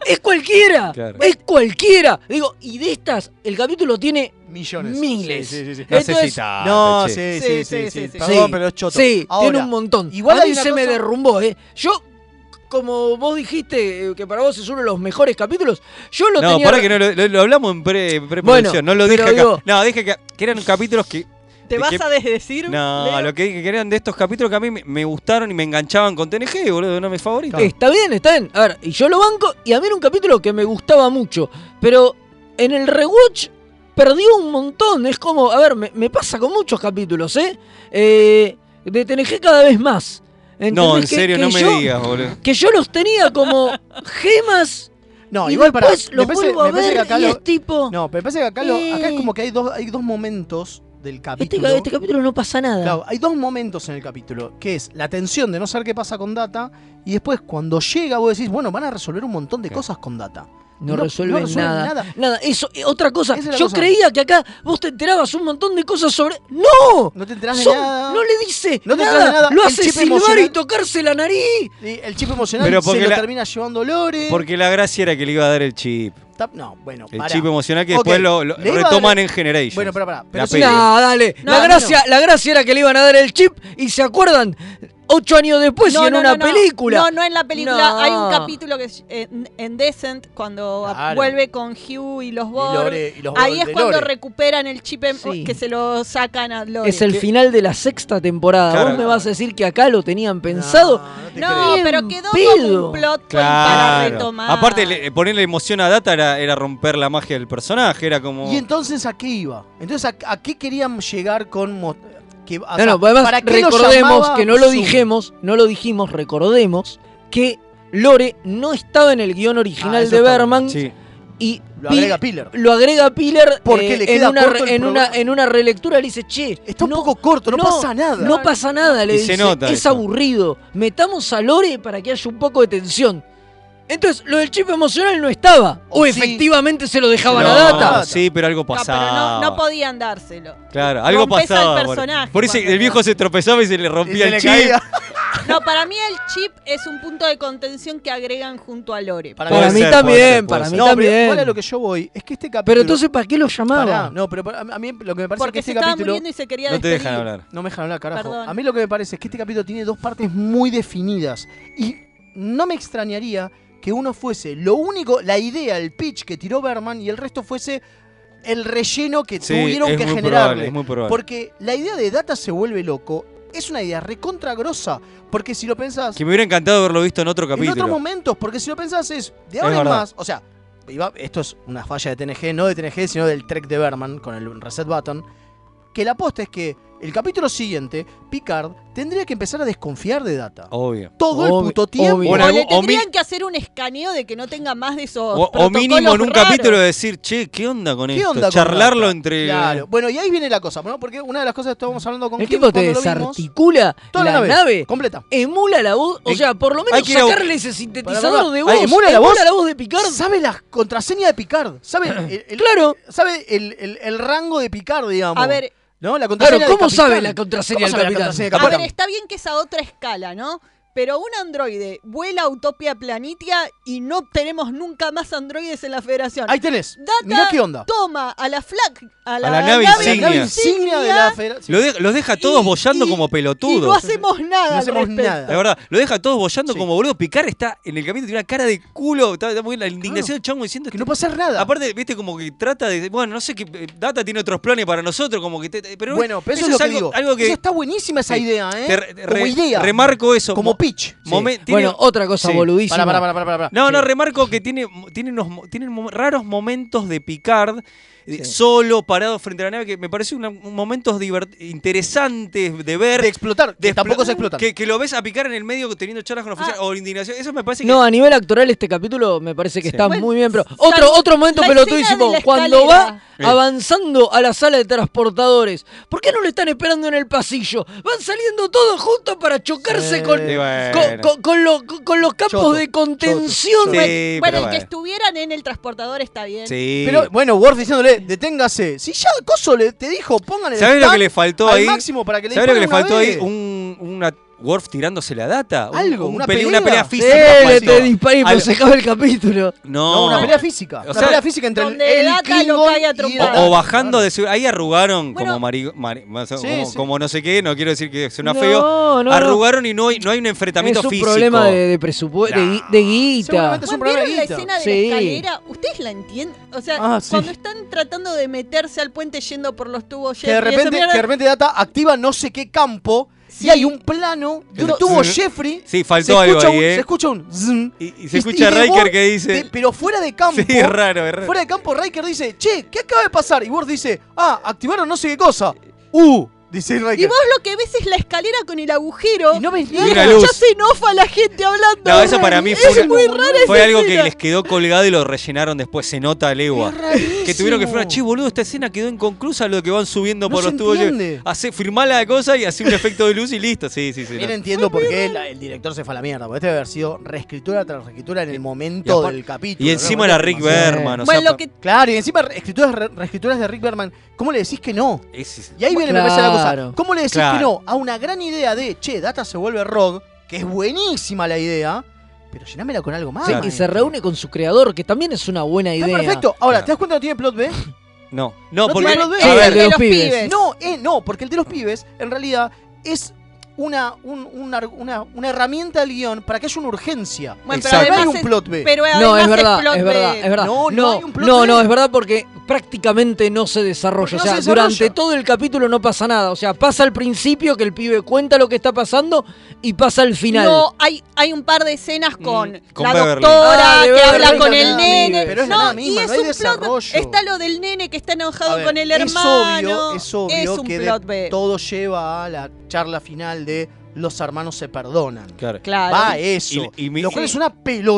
B: Es cualquiera.
L: Claro.
B: Es cualquiera. Digo, y de estas, el capítulo tiene
A: Millones.
B: miles.
A: Sí, sí, sí, sí.
L: No
B: Entonces-
L: necesita.
A: No,
L: Ah, che.
A: sí,
D: Sí,
A: sí,
D: sí,
A: sí,
D: sí,
A: sí.
D: sí.
A: Perdón,
B: Sí,
A: pero es choto.
B: Sí, tiene
A: Ahora,
B: un montón.
A: Igual
B: a
A: hay
B: mí
A: una
B: se me
A: cosa-
B: derrumbó, ¿eh? Yo, como vos dijiste eh, que para vos es uno de los mejores capítulos, yo lo
L: no,
B: tenía...
L: para que no lo, lo- lo hablamos en pre, preproducción. no lo
B: pero
L: dije acá.
B: digo-
L: no, dije que, que eran capítulos que.
D: ¿Te
L: de
D: vas
L: que-
D: a desdecir?
L: No,
D: Leo?
L: lo que dije que eran de estos capítulos que a mí me, me gustaron y me enganchaban con TNG, boludo, no me favorito.
B: Está bien, está bien. A ver, y yo lo banco, y a mí era un capítulo que me gustaba mucho, pero en el rewatch perdió un montón. Es como, a ver, me, me pasa con muchos capítulos, ¿eh? Eh, De TNG cada vez más.
L: no, en
B: ¿Entendés? Que-
L: serio,
B: que
L: no me
B: yo-
L: digas, boludo.
B: Que yo los tenía como gemas.
A: No,
B: y
A: igual para.
B: después los
A: me parece,
B: vuelvo a
A: me parece
B: ver
A: que acá
B: y
A: lo-
B: es tipo...
A: No, pero me parece que acá, lo- acá es
B: Eh.
A: como que hay dos, hay dos momentos del
B: Este,
A: capítulo.
B: ca- este capítulo no pasa nada.
A: Claro, hay dos momentos en el capítulo, que es la tensión de no saber qué pasa con Data, y después cuando llega vos decís, bueno, van a resolver un montón de
L: Claro.
A: cosas con Data.
B: No,
A: No-
B: resuelven
A: no resuelven
B: nada.
A: nada.
B: nada. eso, eh, otra cosa.
A: Esa es la
B: Yo
A: cosa.
B: creía que acá vos te enterabas un montón de cosas sobre. ¡No!
A: No te enterás de
B: Oh, Son-
A: nada.
B: No le dice
A: No te
B: nada.
A: enterás de nada.
B: Lo
A: El
B: hace
A: chip
B: silbar
A: emocional-
B: y tocarse la nariz.
A: Y el chip emocional
L: Pero
A: se
L: porque
A: lo
L: la-
A: termina llevando Lore.
L: Porque la gracia era que le iba a dar el chip.
A: Tap- No, bueno,
L: El
A: pará.
L: chip emocional que
A: Ok,
L: después lo, lo
A: le iba a
L: retoman
A: dar-
L: en Generation.
A: Bueno, pará, pará, pero
L: La
A: es
L: peli.
B: No, dale.
A: No,
B: la,
A: no,
B: gracia, la gracia era que le iban a dar el chip y se acuerdan ocho años después y
D: No,
B: Pues en
D: no,
B: una
D: no, no.
B: película.
D: No, no en la película.
B: No.
D: Hay un capítulo que es en, en Decent, cuando
A: Claro.
D: vuelve con Hugh y los
A: Y
D: Borg.
A: Lore- y los
D: Ahí
A: Borg
D: es
A: de
D: cuando
A: Lore.
D: recuperan el chip em-
B: Sí.
D: que se lo sacan a Lore.
B: Es el
L: ¿Qué?
B: final de la sexta temporada.
L: Claro.
B: Vos me vas a decir que acá lo tenían pensado.
A: te
D: No,
A: creo.
D: pero quedó
B: Pedo.
D: como un plot point para
L: Claro.
D: retomar.
L: Aparte, le- eh, ponerle emoción a Data era, era romper la magia del personaje. Era como.
A: ¿Y entonces a qué iba? Entonces, ¿a, a qué querían llegar con... mo- que- o
B: No,
A: sea,
B: no, pues además
A: ¿para qué lo
B: recordemos
A: llamaba
B: que no lo
A: Zoom?
B: dijimos, no lo dijimos, recordemos que Lore no estaba en el guión
A: Ah,
B: original
A: eso
B: de
A: está
B: Berman
L: Sí.
B: y
A: Lo
B: Pi-
A: agrega Piller.
B: lo agrega Piller
A: Porque
B: eh,
A: le queda
B: en, una,
A: corto
B: re-
A: el
B: en, una,
A: programa.
B: en una relectura le dice, che,
A: Está un poco corto, no, pasa nada.
B: No pasa nada, le
L: Y se
B: dice,
L: nota
B: es
L: eso.
B: aburrido, metamos a Lore para que haya un poco de tensión. Entonces, lo del chip emocional no estaba. O,
A: O Oh, sí.
B: efectivamente se lo dejaban
L: No,
B: a Data.
L: Sí, pero algo
D: No,
L: pasaba.
D: pero no, no podían dárselo.
L: Claro, algo
D: Rompes al
L: pasaba. por-
D: personaje
L: por eso
D: cuando
L: el viejo
D: lo-
L: se tropezaba y se le rompía
A: se
L: el
A: le
L: chip.
A: caía.
D: No, para mí el chip es un punto de contención que agregan junto a Lore.
A: Para
B: Para
L: Puede
B: mí
L: ser, puede ser,
B: también, para
L: puede
B: mí
A: no, pero
B: también.
A: igual a lo que yo voy es que este capítulo...
B: Pero entonces, ¿para qué lo
A: Pará,
B: llamaba?
A: no, pero para- a mí lo que me parece
D: Porque
A: es que
D: se
A: este
D: estaba
A: capítulo...
D: muriendo y se quería
L: No te
D: despedir.
L: dejan hablar.
A: No me dejan hablar, carajo.
D: Perdón.
A: A mí lo que me parece es que este capítulo tiene dos partes muy definidas. Y no me extrañaría que uno fuese lo único, la idea, el pitch que tiró Berman y el resto fuese el relleno que
L: Sí,
A: tuvieron
L: es
A: que
L: muy
A: generarle.
L: probable, es muy probable.
A: Porque la idea de Data se vuelve loco es una idea recontra grosa. Porque si lo pensás,
L: Que me hubiera encantado haberlo visto en otro
A: en otros
L: capítulo.
A: momentos, porque si lo pensás es, de
L: Es
A: ahora en
L: verdad.
A: más, o sea, iba- esto es una falla de TNG, no de TNG, sino del trek de Berman con el reset button, que la aposta es que el capítulo siguiente, Picard tendría que empezar a desconfiar de Data.
L: Obvio.
A: Todo el puto tiempo.
L: Bueno,
D: O le
L: o mi-
D: tendrían que hacer un escaneo de que no tenga más de esos.
L: O, o mínimo en un
D: protocolos
L: capítulo
D: raros.
L: decir, che, ¿qué onda con
A: ¿Qué
L: esto?
A: onda con
L: Charlarlo
A: Data?
L: entre.
A: Claro. Bueno, y ahí viene la cosa, ¿no? Porque una de las cosas que estábamos hablando con
B: El
A: Kim
B: tipo te
A: cuando lo vimos-
B: desarticula
A: Toda
B: la,
A: la
B: nave,
A: nave, completa.
B: Emula la voz, o
A: Eh,
B: sea, por lo
A: hay
B: menos
A: que ir a-
B: sacarle ese
A: Pará,
B: sintetizador
A: pará.
B: de voz.
A: Ah, emula la voz.
B: de Picard.
A: Sabe la contraseña de Picard. Sabe el, claro. Sabe el, el- el rango de Picard, digamos.
D: A ver.
A: ¿No? La contraseña
B: Claro,
A: del
B: ¿cómo
A: capitán.
B: sabe la contraseña
A: ¿Cómo
B: del
A: sabe la
B: capitán?
A: contraseña del
D: A ver,
A: capitán?
D: está bien que es a otra escala, ¿no? Pero un androide vuela a Utopia Planitia y no tenemos nunca más androides en la Federación.
A: Ahí tenés.
D: Data
A: Mirá qué onda.
D: toma a la flag, a la,
L: la nave insignia.
A: Insignia de la federación.
L: Lo de- los deja todos bollando como
D: y
L: pelotudos.
D: no hacemos nada.
A: No
D: al
A: hacemos
D: respecto.
A: nada.
L: La verdad, lo deja todos bollando como boludo. Picar está en el camino, tiene una cara de culo. Está, está muy la indignación del chongo diciendo.
A: Que no pasa nada.
L: Aparte, viste, como que trata de. Bueno, no sé qué. eh, Data tiene otros planes para nosotros, como que. te- te- pero
A: bueno, pero eso, es lo que
L: algo,
A: digo.
L: algo que.
A: Eso está buenísima esa
L: Sí.
A: idea, ¿eh?
L: te re-
A: como
L: re-
A: idea.
L: Remarco eso.
A: Como
L: Mo-
A: pitch.
L: momen- tiene-
B: Bueno, otra cosa
L: Sí.
B: boludísima.
A: Pará, pará, pará, pará, pará.
L: No,
A: Sí.
L: no, remarco que tiene, tiene unos mo- tiene mo- raros momentos de Picard, eh, solo, parado frente a la nave, que me parece una- un momentos divert- interesantes de ver.
A: De explotar.
L: de
A: que tampoco
L: explo-
A: se explotan.
L: Que, que lo ves a Picard en el medio teniendo charlas con
D: Ah.
L: oficiales o indignación. Eso me parece que.
B: No, a nivel actoral este capítulo me parece que
L: Sí.
B: está
L: Bueno,
B: muy bien, pero otro,
D: salvo
B: otro momento
D: la
B: pelotudísimo,
D: escena de la
B: cuando va
L: Sí.
B: avanzando a la sala de transportadores, ¿por qué no lo están esperando en el pasillo? Van saliendo todos juntos para chocarse
L: Sí,
B: con,
L: bueno.
B: con, con- con lo- con los campos
A: Choto,
B: de contención.
L: choto, choto.
B: Bueno,
L: Sí,
D: Bueno,
L: pero
D: el que
L: bueno.
D: estuvieran en el transportador está bien.
L: Sí.
A: Pero bueno, Worf diciéndole, deténgase. Si ya Coso le, te dijo, pónganle el
L: ¿Sabes lo
A: stack
L: que le faltó
A: al
L: ahí?
A: máximo para que le
L: ¿Sabes lo que le
A: disparen
L: faltó
A: una
L: ahí?
A: vez?
L: Un, una Worf tirándose la data. Un-
A: Algo,
L: un
A: una
L: pele-
A: pelea.
L: una pelea
A: Sí,
L: física.
B: eh,
L: parece.
B: te disparé, pero
L: Algo-
B: se acaba el capítulo.
L: No,
A: No, una pelea física. una
L: sea,
A: pelea física entre el,
D: donde
A: el
D: Data lo
A: Klingon
D: cae a
A: y el-
D: trompadas.
L: O, o bajando de su. Ahí arrugaron
D: Bueno.
L: como, marigo- mari- más-
A: Sí,
L: como,
A: sí.
L: como no sé qué, no quiero decir que suena
B: No,
L: feo.
B: no, no.
L: arrugaron y no hay, no hay un enfrentamiento
B: Es un
L: físico.
B: problema de, de presupuesto, de, gui- de guita.
A: Seguramente es un
D: Bueno,
A: problema
D: ¿Vieron la
A: de guita.
D: escena de
B: Sí.
D: la escalera? ¿Ustedes la entienden? O sea,
A: Ah, sí.
D: cuando están tratando de meterse al puente yendo por los tubos
A: Que de,
D: Jeffrey, esa
A: repente,
D: mierda-
A: que de repente Data activa no sé qué campo
D: Sí.
A: y hay un plano de un
L: Eso-
A: tubo
L: Sí.
A: Jeffrey.
L: eh, Sí,
A: se,
L: faltó algo
A: escucha
L: ahí,
A: un,
L: ¿eh?
A: se escucha un zzz.
L: Y, y se escucha
A: y de
L: Riker
A: Worf,
L: que dice.
A: de- pero fuera de campo.
L: sí, es raro, es raro.
A: Fuera de campo, Riker dice, che, ¿qué acaba de pasar? Y Worf dice, ah, activaron no sé qué cosa. Uh, dice Riker.
D: Y vos lo que ves es la escalera con el agujero.
A: Y no ves
D: y
A: nada.
L: una
D: escuchás
L: luz.
D: en off a la gente hablando.
L: No, eso para mí fue,
D: es
L: una-
D: muy rara
L: fue
D: esa
L: algo que
D: escena.
L: les quedó colgado y lo rellenaron después. Se nota a legua. Que tuvieron que firmar, che, boludo, esta escena quedó inconclusa lo que van subiendo
A: No
L: por
A: se
L: los tubos.
A: entiende.
L: Hace, firmá la cosa y hace un efecto de luz y listo. Sí, sí, sí. no.
A: Bien entiendo por qué la- el director se fue a la mierda, porque este debe haber sido reescritura tras reescritura en el momento
L: apar-
A: del capítulo.
L: Y
A: ¿no?
L: encima
A: Una
L: era Rick
A: cosa demasiado-
L: Berman. O sea,
D: Bueno, lo
L: pa-
D: que
A: Claro, y encima reescrituras, re- reescrituras de Rick Berman. ¿Cómo le decís que no?
L: es- es-
A: Y ahí viene, me parece, la
B: Claro.
A: cosa. ¿Cómo le decís
L: Claro.
A: que no a una gran idea de, che, Data se vuelve Rogue, que es buenísima la idea, pero llenámela con algo más?
B: Sí, y
A: maestro.
B: se reúne con su creador, que también es una buena idea.
A: Está perfecto. Ahora,
L: Claro.
A: ¿te das cuenta que no tiene plot B?
L: no, no,
A: No
L: porque.
A: tiene los
L: a
B: dedos.
L: ver,
B: el de los pibes.
A: No, eh, no, porque el de los pibes, en realidad, es una, un- un ar- una, una herramienta del guión para que haya una urgencia.
D: Bueno,
L: pero
A: no hay
D: además
A: un
D: es-
A: plot B.
D: Pero además
B: No, es verdad,
D: plot
B: es verdad,
D: de-
B: es verdad.
A: No,
B: No,
A: no
B: no,
A: hay un plot
B: no,
A: B.
B: es verdad porque prácticamente no se
A: Porque
B: desarrolla.
A: no
B: o sea,
A: se desarrolla.
B: durante todo el capítulo no pasa nada. O sea, pasa al principio que el pibe cuenta lo que está pasando y pasa al final.
D: No, hay, hay un par de escenas con,
L: Mm, con
D: la
L: Beverly.
B: Ah,
D: doctora
B: de
D: que habla
B: Beverly
D: con el
B: también,
D: nene.
A: pero es la
D: no,
A: nada misma,
D: y es
A: no hay
D: un plot.
A: desarrollo.
D: Está lo del nene que está enojado
A: A ver,
D: con el
A: es
D: hermano.
A: obvio- Es obvio,
D: un
A: que de-
D: plot B.
A: todo lleva a la charla final de los hermanos se perdonan.
L: claro.
D: Claro.
A: Va a eso.
L: Y- y mi-
A: lo cual es una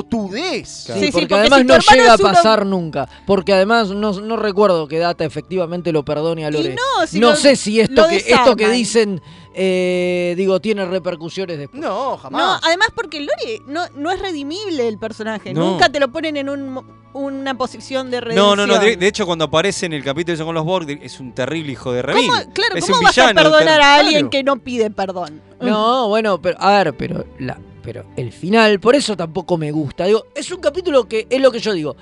A: pelotudez.
L: Claro.
B: Sí, porque,
D: Sí, sí, porque
B: además
D: si tu
B: no
D: hermano
B: llega a
D: es uno-
B: pasar nunca. Porque además no, no recuerdo que Data efectivamente lo perdone a
D: Y
B: Lore.
D: no, si lo-
B: sé si esto
D: lo
B: que, esto que
D: desarman.
B: dicen, eh, digo, tiene repercusiones después.
A: No,
D: No, ah,
A: jamás.
D: además porque Lori no, no es redimible el personaje.
L: No.
D: Nunca te lo ponen en un mo- una posición de
L: No,
D: redención.
L: no, no. De, de hecho, cuando aparece en el capítulo ese con los Borg, es un terrible hijo de remil.
D: ¿Cómo, Ah, claro,
L: es
D: ¿cómo
L: un
D: vas a
L: villano,
D: perdonar a
L: claro.
D: alguien que no pide perdón?
B: No, bueno, pero a ver, pero la, pero el final, por eso tampoco me gusta. Digo, es un capítulo que es lo que yo digo.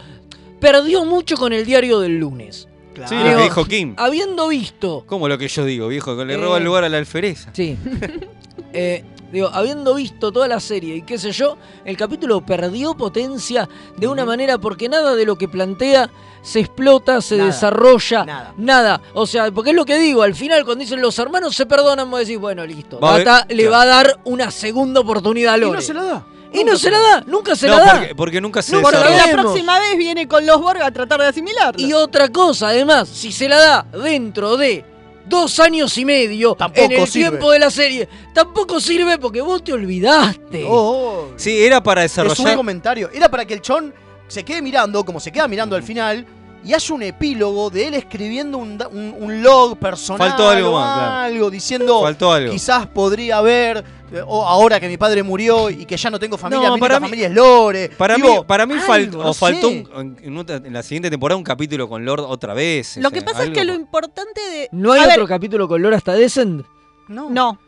B: Perdió mucho con el diario del lunes.
A: Claro.
L: Sí, lo
B: Digo,
L: que dijo Kim.
B: Habiendo visto,
L: Como lo que yo digo, viejo, que le
B: Eh.
L: roba el lugar a la alfereza.
B: sí, eh, Digo, habiendo visto toda la serie y qué sé yo, el capítulo perdió potencia de una manera porque nada de lo que plantea se explota, se
A: Nada.
B: desarrolla,
A: Nada.
B: O sea, porque es lo que digo, al final cuando dicen los hermanos se perdonan, vos decís, bueno, listo,
L: Va a ver-
B: Bata le
L: claro.
B: va a dar una segunda oportunidad a
A: Y no
B: Lore.
A: se la da.
B: Y no se la da, nunca se
L: no,
B: la da.
L: porque, porque nunca se
B: No, porque
L: desarrolla.
B: la
D: La próxima vez viene con los Borg a tratar de asimilarlo.
B: Y otra cosa, además, si se la da dentro de dos años y medio,
A: Tampoco
B: en el
A: sirve.
B: tiempo de la serie, tampoco sirve porque vos te olvidaste.
A: Oh,
L: Sí, era para
A: es un
L: desarrollar.
A: comentario. Era para que el chon se quede mirando, como se queda mirando al final, y haya un epílogo de él escribiendo un, da- un- un log personal.
L: Faltó algo
A: o
L: más, claro.
A: algo diciendo,
L: Faltó algo.
A: quizás podría haber, eh, o ahora que mi padre murió y que ya no tengo familia,
L: No,
A: mi
L: para
A: única
L: mí-
A: familia es Lore.
L: Para mí,
A: Digo,
L: para mí
A: algo,
L: fal- o
A: no
L: faltó
A: sé.
L: un- en, otra- en la siguiente temporada un capítulo con Lord otra vez. o
D: Lo que
L: sea,
D: pasa es
L: algo
D: que lo
L: con-
D: importante de.
B: ¿No hay
D: A ver,
B: otro capítulo con Lora hasta Descend?
A: No.
D: no.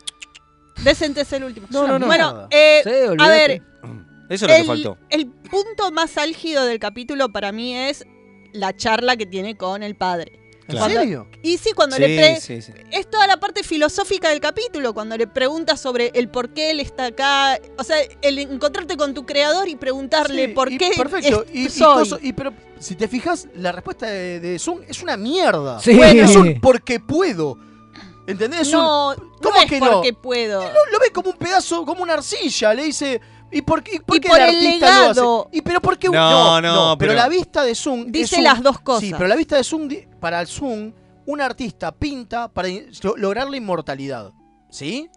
D: Decent es el último.
B: No, no, no.
D: Bueno, eh,
B: Sí,
D: a
B: olvídate.
D: ver,
L: Eso es lo
D: el-
L: que faltó.
D: El punto más álgido del capítulo para mí es la charla que tiene con el padre.
A: ¿En
L: Claro.
A: serio?
D: Y sí, cuando
L: Sí,
D: le pre-
L: sí, sí.
D: es toda la parte filosófica del capítulo, cuando le preguntas sobre el por qué él está acá, o sea, el encontrarte con tu creador y preguntarle
A: Sí,
D: por
A: y
D: qué
A: Perfecto.
D: es-
A: Y, y
D: soy.
A: coso- y pero si te fijas, la respuesta de, de Zoom es una mierda.
B: Sí.
A: Bueno, es un porque puedo. ¿Entendés? Es un-
D: no,
A: ¿Cómo
D: no es
A: que no?
D: porque puedo.
A: lo ve como un pedazo, como una arcilla. Le dice, ¿y por qué, y por
D: Y
A: qué
D: por
A: el
D: el
A: artista lo
D: legado.
A: hace? ¿Y pero por qué un-
L: No, no,
A: pero,
L: pero-
A: la vista de Zoom.
D: Dice
A: es un-
D: las dos cosas.
A: Sí, pero la vista de Zoom, di- para el Zoom, un artista pinta para in- lo- lograr la inmortalidad. ¿Sí?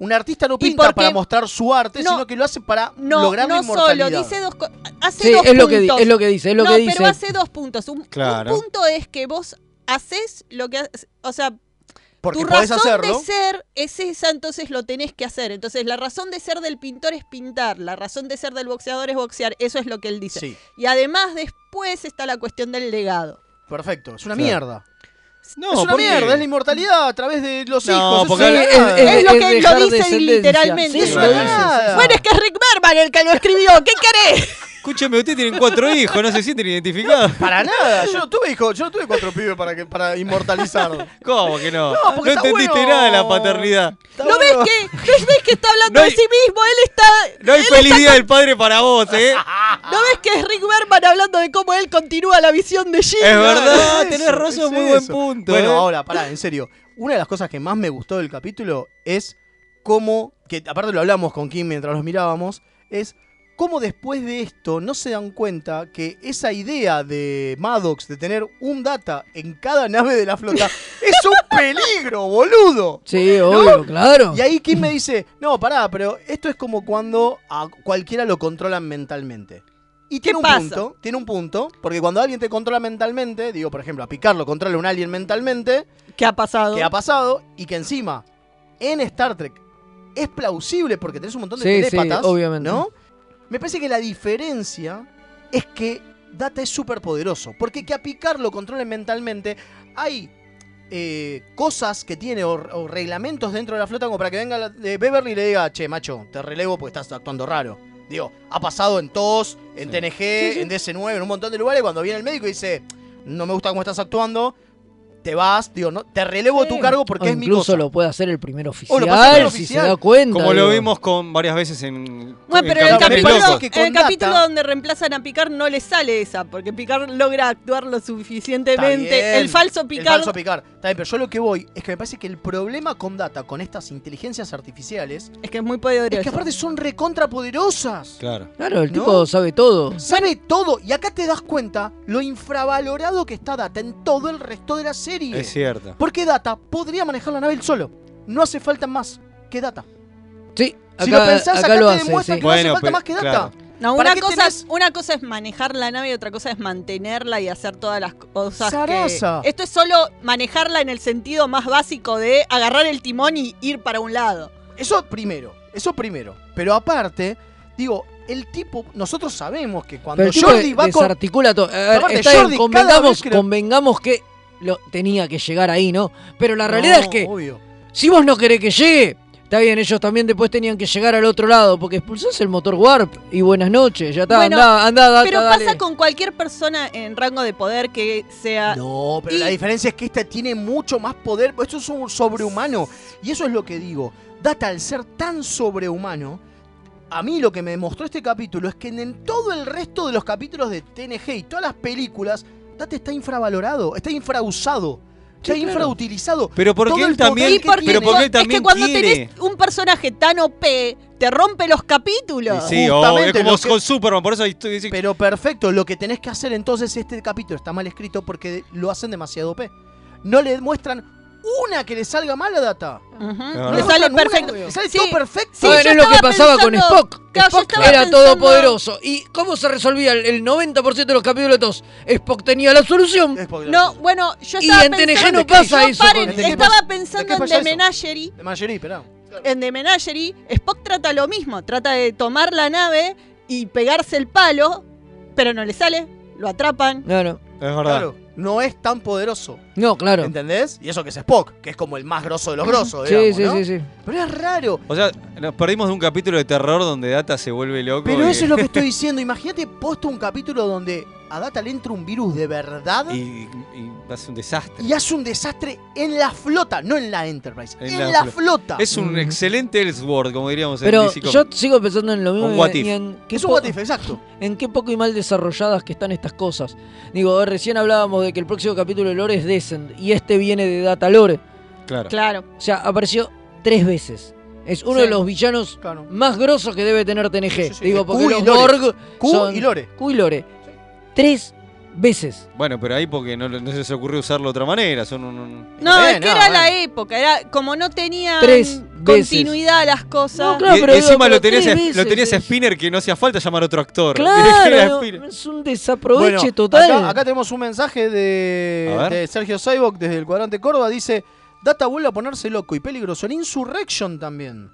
A: Un artista no pinta
D: por
A: para
D: qué-
A: mostrar su arte,
D: No,
A: sino que lo hace para
D: No,
A: lograr la
D: no
A: inmortalidad.
D: solo, dice dos co- hace
B: Sí,
D: dos
B: es lo, que, di-
D: puntos.
B: es lo que dice, es lo
D: no,
B: que
D: pero
B: dice.
D: hace dos puntos. Un, un
L: Claro.
D: punto es que vos haces lo que... haces- O sea,
A: porque
D: tu
A: podés
D: razón
A: hacerlo.
D: de ser es esa, entonces lo tenés que hacer. Entonces, la razón de ser del pintor es pintar, la razón de ser del boxeador es boxear. Eso es lo que él dice.
A: Sí,
D: Y además, después está la cuestión del legado.
A: perfecto. Es una
L: Claro.
A: mierda.
L: No,
A: es una
L: ¿por qué?
A: mierda, es la inmortalidad a través de los
L: No,
A: hijos. es
L: porque
A: una
L: la-
B: es-
A: cagada.
D: Es lo que
B: dejar
D: lo dice
B: descendencia.
D: literalmente.
B: Sí,
A: es
B: lo
A: una
B: dice,
A: cagada.
D: Bueno, es que es Rick Berman el que lo escribió. ¿Qué querés?
L: Escúcheme, ustedes tienen cuatro hijos, no se sienten identificados.
A: Para nada, yo no tuve hijo, yo no tuve cuatro pibes para que para inmortalizar.
L: ¿Cómo que
A: No,
L: no? No,
A: porque está
L: entendiste
A: bueno.
L: nada de la paternidad.
A: Está
D: ¿No ves
A: bueno.
D: que, ves- ves que está hablando
L: No hay-
D: de sí mismo? Él está.
L: No hay
D: él
L: feliz
D: está-
L: día del padre para vos, ¿eh?
D: ¿No ves que es Rick Berman hablando de cómo él continúa la visión de Jim?
L: Es verdad,
A: Es
L: tenés
A: eso,
L: razón,
A: es
L: muy buen
A: eso.
L: punto.
A: Bueno,
L: ¿eh?
A: ahora, pará, en serio. Una de las cosas que más me gustó del capítulo es cómo, que aparte lo hablamos con Kim mientras los mirábamos, es cómo después de esto no se dan cuenta que esa idea de Maddox de tener un data en cada nave de la flota es un peligro, boludo.
B: Sí, obvio, claro.
A: Y ahí Kim me dice, no, pará, pero esto es como cuando a cualquiera lo controlan mentalmente. Y tiene un
D: pasa?
A: punto, tiene un punto, porque cuando alguien te controla mentalmente, digo, por ejemplo, a Picard lo controla un alien mentalmente,
D: ¿Qué ha
B: Ah.
D: pasado?
A: que ha pasado, y que encima, en Star Trek, es plausible porque tenés un montón de
B: Sí, sí,
A: telépatas,
B: obviamente.
A: ¿no? Me parece que la diferencia es que Data es súper poderoso, porque que a Picard lo controlen mentalmente, hay eh, cosas que tiene o, o reglamentos dentro de la flota como para que venga la- de Beverly y le diga, che, macho, te relevo porque estás actuando raro. Digo, ha pasado en TOS, en TNG, en DC9, en un montón de lugares, cuando viene el médico y dice, no me gusta cómo estás actuando, te vas, digo, no, te relevo tu cargo porque
B: O
A: es mi
B: incluso
A: cosa.
B: lo puede hacer el primer oficial,
A: puede hacer el primer
B: si
A: oficial.
B: se da cuenta.
L: Como lo
B: digo.
L: vimos con varias veces en.
D: Bueno, pero en el,
A: Capitán
D: capítulo,
A: Locos. que
D: en
A: con
D: el capítulo
A: data-
D: donde reemplazan a Picard no le sale esa, porque Picard logra actuar lo suficientemente.
A: Está bien.
D: El falso
A: El
D: Picard.
A: falso picar. Está bien, pero yo lo que voy es que me parece que el problema con Data, con estas inteligencias artificiales,
D: Es que es muy poderoso.
A: es que aparte son recontrapoderosas.
L: Claro.
B: Claro, el
A: ¿No?
B: tipo sabe todo.
A: Sabe todo. Y acá te das cuenta lo infravalorado que está Data en todo el resto de la serie.
L: Es cierto.
A: Porque Data podría manejar la nave él solo. No hace falta más que Data.
B: Sí, acá,
A: si lo pensás,
B: acá
A: acá,
B: lo
A: te
B: hace.
A: demuestra
B: sí.
A: que no hace
L: Bueno,
A: falta
L: pero-
A: más que Data.
L: claro.
D: No,
A: ¿Para
D: una
A: qué
D: cosa,
A: tenés-
D: es, una cosa es manejar la nave y otra cosa es mantenerla y hacer todas las cosas. que-
A: Zaraza.
D: Esto es solo manejarla en el sentido más básico de agarrar el timón y ir para un lado.
A: Eso primero, eso primero. Pero aparte, digo, el tipo, nosotros sabemos que cuando
B: Pero el tipo
A: Jordi
B: de-
A: va con.
B: desarticula todo. A ver,
A: Aparte,
B: está bien,
A: Jordi cada vez
B: convengamos,
A: que lo-
B: convengamos que lo tenía que llegar ahí, ¿no? Pero la realidad
A: No,
B: es que
A: obvio.
B: si vos no querés que llegue, Está bien, ellos también después tenían que llegar al otro lado, porque expulsás el motor warp y buenas noches, ya está,
D: Bueno,
B: andá, andá, andá,
D: pero
B: dale.
D: pasa con cualquier persona en rango de poder que sea.
A: No, pero la diferencia es que esta tiene mucho más poder. Esto es un sobrehumano. Y eso es lo que digo. Data, al ser tan sobrehumano, a mí lo que me demostró este capítulo es que en todo el resto de los capítulos de TNG y todas las películas, Data está infravalorado, está infrausado. Está
L: claro.
A: infrautilizado.
L: Pero porque
A: Todo
L: él
A: el poder
L: también-
A: que
L: Y porque-
A: tiene.
L: pero porque él
D: Es que
L: también
D: cuando
L: quiere.
D: tenés un personaje tan OP, te rompe los capítulos.
L: Sí, oh, es
A: Justamente
L: como
A: lo que-
L: con Superman, por eso ahí estoy diciendo.
A: Pero perfecto, lo que tenés que hacer entonces, este capítulo está mal escrito porque lo hacen demasiado P. No le muestran una que le salga mala data.
D: Ujú.
A: No
D: Ah. Le
A: le
D: sale
A: muestran una,
D: perfecto.
A: le sale
D: Sí.
A: todo perfecto.
D: Sí,
B: A ver,
D: yo
B: es lo que
D: estaba
B: pasaba
D: pensando-
B: con Spock.
D: Claro, yo
B: Spock
D: estaba
B: era
D: pensando-
B: todopoderoso. ¿Y cómo se resolvía el, el 90% de los capítulos de TOS? Spock tenía la solución.
A: Eh.
D: No, bueno, yo
B: Y
D: estaba
B: en TNG
D: pensando-
B: no pasa
D: Yo,
B: eso
D: paren,
B: con- ¿De qué
D: estaba
B: pasa-
A: de
D: pensando
A: qué
D: en
A: pasa
D: The
A: eso?
D: Menagerie.
A: De Marjorie, esperá.
D: En The Menagerie, Spock trata lo mismo. Trata de tomar la nave y pegarse el palo, pero no le sale. Lo atrapan.
B: No, no.
L: Es verdad.
A: Claro, no es tan poderoso.
B: No, claro.
A: ¿Entendés? Y eso que es Spock, que es como el más grosso de los grosos,
B: Sí,
A: digamos,
B: sí,
A: ¿no?
B: sí, sí.
A: Pero es raro.
L: O sea, nos perdimos de un capítulo de terror donde Data se vuelve loco.
A: Pero
L: y-
A: eso es lo que estoy diciendo. Imagínate posto un capítulo donde a Data le entra un virus de verdad
L: y, y hace un desastre.
A: y hace un desastre en la flota, no en la Enterprise, en, la,
L: flo-
A: flota.
L: Es un excelente Ellsworth, como diríamos en
B: Pero
L: DC Comics.
B: yo sigo pensando en lo mismo
L: Un
B: y-
L: what
B: y
L: if.
B: en qué
A: Es un
B: po-
A: what if, exacto.
B: En qué poco y mal desarrolladas que están estas cosas. Digo, recién hablábamos de que el próximo capítulo de Lore es Descent y este viene de Data Lore.
L: Claro.
D: Claro.
B: O sea, apareció tres veces. Es uno
A: Sí.
B: de los villanos
A: Claro.
B: más grosos que debe tener TNG.
A: sí.
B: Digo,
A: Q
B: porque
A: y
B: los
A: Lore.
B: Borg
A: Q
B: son-
A: y Lore.
B: Q y Lore. Tres veces.
L: Bueno, pero ahí porque no, no se les ocurrió usarlo de otra manera. Son un- un-
D: No,
L: Eh,
D: es que era
L: bueno.
D: la época, era como no tenían
B: Tres veces.
D: continuidad las cosas.
B: No, claro,
L: y,
B: pero
L: encima
B: digo, pero
L: lo tenías,
B: tres
L: a- lo
B: veces,
L: tenías a Spinner que no hacía falta llamar a otro actor. Era
B: Claro,
L: Spinner.
B: es un desaproveche
A: Bueno,
B: total.
A: Acá, acá tenemos un mensaje
L: A
A: de,
L: ver.
A: de Sergio Saibok desde el cuadrante Córdoba. Dice: Data vuelve a ponerse loco y peligroso. En Insurrection también.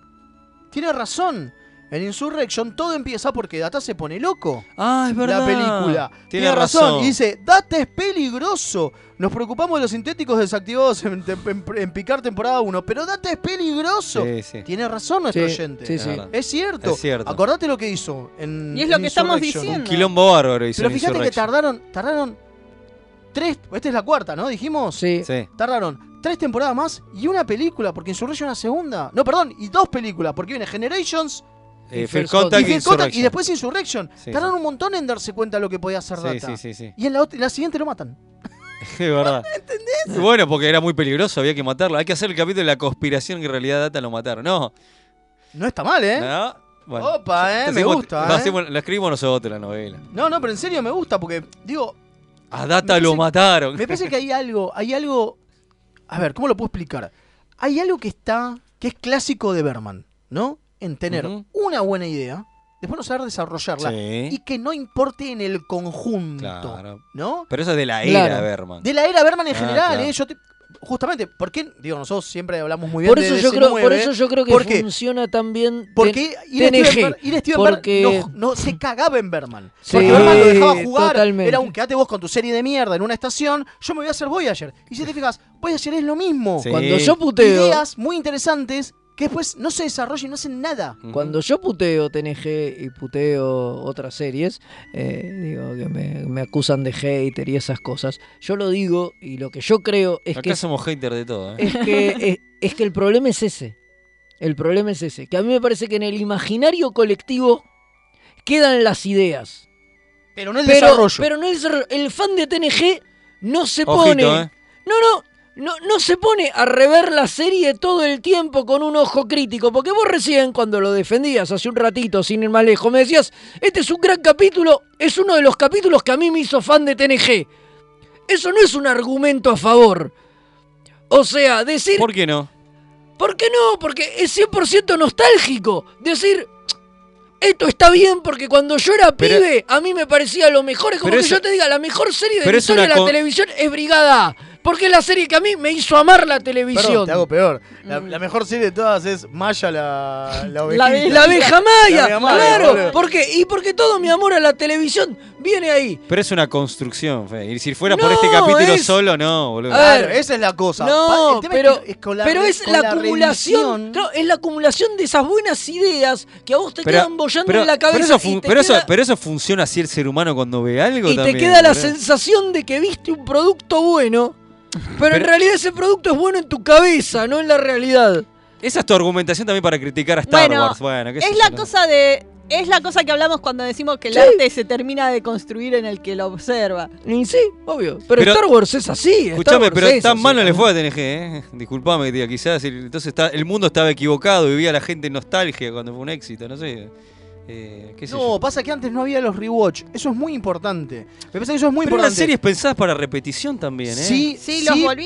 A: Tiene razón. En Insurrection todo empieza porque Data se pone loco.
L: Ah, es verdad.
A: La película.
L: Tiene razón.
A: Y dice: Data es peligroso. Nos preocupamos de los sintéticos desactivados en, tem- en- en picar temporada 1, pero Data es peligroso.
L: Sí, sí.
A: Tiene razón nuestro
B: Sí,
A: oyente.
B: sí, sí.
A: Es cierto.
L: Es cierto.
A: Acordate lo que hizo. En,
D: Y es lo
A: en
D: que estamos
A: Insurrection.
D: diciendo.
L: Un quilombo bárbaro hizo
A: Pero
L: en
A: fíjate que
L: Insurrection.
A: tardaron, tardaron tres, esta es la cuarta, ¿no? Dijimos.
B: Sí.
L: Sí. eh,
A: Tardaron tres temporadas más y una película, porque Insurrection es una segunda. No, perdón, y dos películas, porque viene Generations
L: Eh,
B: Y
L: First
B: First Contact
A: y,
L: Contact
A: First Contact, y
L: Insurrection.
A: después Insurrection.
L: Sí,
A: tardaron un montón en darse cuenta de lo que podía hacer
L: Sí,
A: Data.
L: sí, sí, sí.
A: Y en la, ot- en la siguiente lo matan.
L: Es verdad. ¿Entendés? Bueno, porque era muy peligroso, había que matarlo. Hay que hacer el capítulo de la conspiración que en realidad Data lo mataron. No.
A: No está mal, ¿eh?
L: No.
B: Oh,
L: Bueno.
A: Opa, ¿eh? Me
L: Hacemos-
A: gusta,
L: lo
A: ¿eh?
L: hacemos- lo escribimos nosotros la novela.
A: No, no, pero en serio me gusta, porque, digo,
L: A
A: Me
L: Data
A: parece
L: lo
A: que-
L: mataron.
A: Me parece que hay algo, hay algo. A ver, ¿cómo lo puedo explicar? Hay algo que está, que es clásico de Berman, ¿no? En tener
L: Ujú.
A: una buena idea, después no saber desarrollarla
L: Sí.
A: y que no importe en el conjunto,
L: Claro.
A: ¿no?
L: Pero eso es de la era
B: Claro.
L: Berman.
A: De la era Berman en
L: Ah,
A: general,
L: claro.
A: ¿eh? Yo te- justamente, ¿por qué? Digo, nosotros siempre hablamos muy bien
B: Por
A: de
B: eso, yo creo, por
A: DC9,
B: eso yo creo que
A: ¿Por qué?
B: funciona tan bien
A: Porque
B: ten-
A: ir a
B: TNG.
A: Steven Berg- ir a Steven Berg
B: porque-
A: no, no se cagaba en Berman.
B: Sí,
A: porque Berman lo dejaba jugar.
B: totalmente.
A: Era un quedate vos con tu serie de mierda en una estación. Yo me voy a hacer Voyager. Y si te fijas, Voyager es lo mismo.
L: Sí.
B: Cuando yo puteo,
A: Ideas muy interesantes que después no se desarrollan y no hacen nada.
L: Ujú.
B: cuando yo puteo TNG y puteo otras series, eh, digo que me, me acusan de hater y esas cosas. Yo lo digo y lo que yo creo es
L: Acá
B: que
L: somos hater de todo. ¿eh?
B: es que es, es que el problema es ese. El problema es ese. Que a mí me parece que en el imaginario colectivo quedan las ideas.
A: Pero no el
B: pero,
A: desarrollo.
B: pero no el desarrollo. El fan de TNG no se
L: Ojito,
B: pone.
L: ¿eh?
B: No, no. No, no se pone a rever la serie todo el tiempo con un ojo crítico, porque vos recién cuando lo defendías hace un ratito, sin ir más lejos, me decías, este es un gran capítulo, es uno de los capítulos que a mí me hizo fan de TNG. Eso no es un argumento a favor. O sea, decir...
L: ¿Por qué no?
B: ¿Por qué no? Porque es 100% nostálgico. Decir, esto está bien porque cuando yo era
L: Pero-
B: pibe, a mí me parecía lo mejor. Es como
L: pero
B: que
L: es-
B: yo te diga, la mejor serie de
L: pero
B: la
L: es
B: historia de
L: una
B: la
L: con-
B: televisión es Brigada A. Porque es la serie que a mí me hizo amar la televisión.
A: Perdón, te hago peor. La, la mejor serie de todas es Maya la, la
B: Mm. La,
A: ovejita.
B: la abeja maya,
A: La abeja maya,
B: claro.
A: boludo.
B: ¿Por qué? Y porque todo mi amor a la televisión viene ahí.
L: Pero es una construcción, Fe. Y si fuera por
B: No,
L: este capítulo
B: es- Ah,
L: solo, no, boludo.
B: A ver,
A: Claro, esa es la cosa. Pa-
B: No,
A: el tema es
B: pero,
A: que- es con la
B: pero
A: re-
B: es
A: con
B: la,
A: la
B: acumulación. claro, es la acumulación de esas buenas ideas que a vos te quedan bollando
L: pero-
B: en la cabeza.
L: Pero eso, fun-
B: y te
L: pero, eso,
B: queda-
L: pero eso funciona así el ser humano cuando ve algo
B: y
L: también.
B: te queda la
L: boludo.
B: sensación de que viste un producto bueno, pero, en
L: Pero-
B: realidad ese producto es bueno en tu cabeza, no en la realidad.
L: Esa es tu argumentación también para criticar a Star
D: Bueno,
L: Wars. Bueno, qué sé
D: Es
L: yo,
D: la
L: no.
D: cosa de. Es la cosa que hablamos cuando decimos que el arte se termina de construir en el que lo observa.
B: Y sí, obvio. Pero,
L: Pero-
B: Star Wars es así. Star
L: Escuchame,
B: Wars
L: pero
B: es
L: tan
B: así.
L: mal no le fue a TNG, ¿eh? Disculpame, tía, quizás. el- Entonces está, el mundo estaba equivocado, vivía la gente en nostalgia cuando fue un éxito, no sé. Eh, qué sé
A: No,
L: yo.
A: pasa que antes no había los rewatch. Eso es muy importante. Me parece que eso es muy
L: Pero las
A: importante.
L: series pensadas para repetición también, ¿eh?
A: Sí, sí,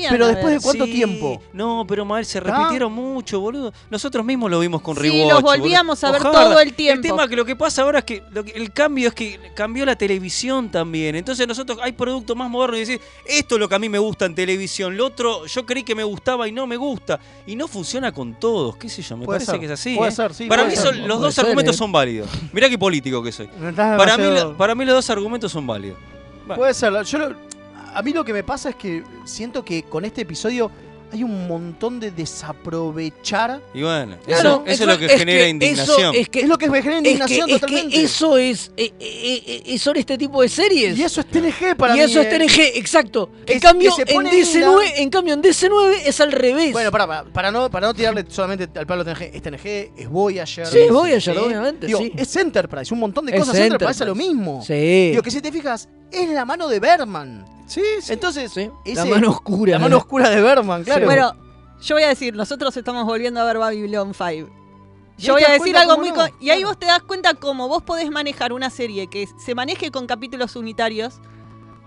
A: pero después de cuánto tiempo.
L: No, pero mal, se repitieron mucho, boludo. Nosotros mismos lo vimos con
D: Sí,
L: rewatch.
D: los
L: boludo.
D: volvíamos a ver
L: Ojalá.
D: todo el tiempo.
L: El tema que lo que pasa ahora es que, lo que- el cambio es que cambió la televisión también. Entonces nosotros hay productos más modernos y decís, esto es lo que a mí me gusta en televisión, lo otro yo creí que me gustaba y no me gusta. Y no funciona con todos, qué sé yo, me
A: Puede
L: parece
A: ser,
L: que es así.
A: puede
L: ¿eh?
A: ser, sí,
L: Para
A: puede
L: mí
A: ser.
L: son- los
A: Puede
L: dos
A: ser,
L: argumentos
A: ¿eh? Ah,
L: son válidos. Mirá qué político que soy.
A: No estás
L: Para mí,
A: demasiado-
L: lo- para mí los dos argumentos son válidos.
A: Puede ser. Yo lo- a mí lo que me pasa es que siento que con este episodio hay un montón de desaprovechar.
L: Y bueno,
A: Claro,
L: eso, eso es lo que genera indignación.
B: es que-
A: es lo que me genera
B: es que-
A: indignación
B: es que
A: totalmente.
B: eso es, eh, eh, eh, eh, son este tipo de series.
A: Y eso es TNG para
B: Y
A: mí,
B: eso
A: eh.
B: es TNG, exacto.
A: Que
B: en,
A: se-
B: cambio,
A: que se
B: en
A: pone
B: DC9,
A: la-
B: en cambio, en DC9 es al revés.
A: Bueno, para, para, para no, para no tirarle solamente al palo TNG, es TNG, es Voyager.
B: Sí, es Voyager, obviamente,
A: Digo,
B: sí.
A: Es Enterprise, un montón de
B: Es
A: cosas. Enterprise es lo
B: Enterprise.
A: mismo.
B: Sí.
A: Digo, que si te fijas, es la mano de Berman.
L: Sí,
A: Entonces,
B: La mano oscura.
A: La mano oscura de Berman, claro.
D: Bueno, yo voy a decir, nosotros estamos volviendo a ver Babylon 5.
A: Y ahí
D: Yo voy
A: te das
D: a decir
A: cuenta
D: algo
A: cómo
D: muy...
A: no,
D: co- y ahí vos te das cuenta cómo vos podés manejar una serie que se maneje con capítulos unitarios,